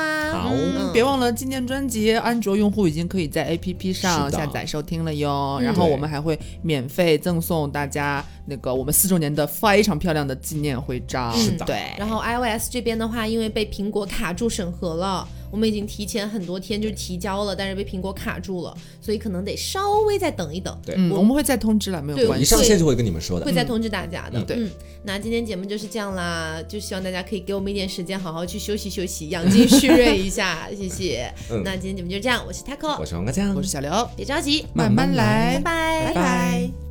[SPEAKER 3] 嗯，别忘了今年专辑，安卓用户已经可以在 APP 上
[SPEAKER 1] 是的
[SPEAKER 3] 下载收听了哟。
[SPEAKER 1] 嗯
[SPEAKER 3] 然后我们还会免费赠送大家那个我们四周年的非常漂亮的纪念徽章。
[SPEAKER 1] 是的
[SPEAKER 3] 对。
[SPEAKER 1] 然后 iOS 这边的话，因为被苹果卡住审核了，我们已经提前很多天就提交了，但是被苹果卡住了，所以可能得稍微再等一等。
[SPEAKER 2] 对
[SPEAKER 3] 嗯，我们会再通知了，没有
[SPEAKER 1] 对
[SPEAKER 3] 关系。
[SPEAKER 2] 一上线就会跟你们说的，
[SPEAKER 1] 会再通知大家的。
[SPEAKER 2] 嗯对
[SPEAKER 1] 嗯，那今天节目就是这样啦，就希望大家可以给我们一点时间，好好去休息休息，养精蓄锐一下，谢谢。
[SPEAKER 2] 嗯
[SPEAKER 1] 那今天节目就这样，我是 Taco，
[SPEAKER 2] 我是王大江，
[SPEAKER 1] 我是
[SPEAKER 3] 小刘，
[SPEAKER 1] 别着急，
[SPEAKER 2] 慢慢来
[SPEAKER 1] 拜拜，
[SPEAKER 2] 拜拜。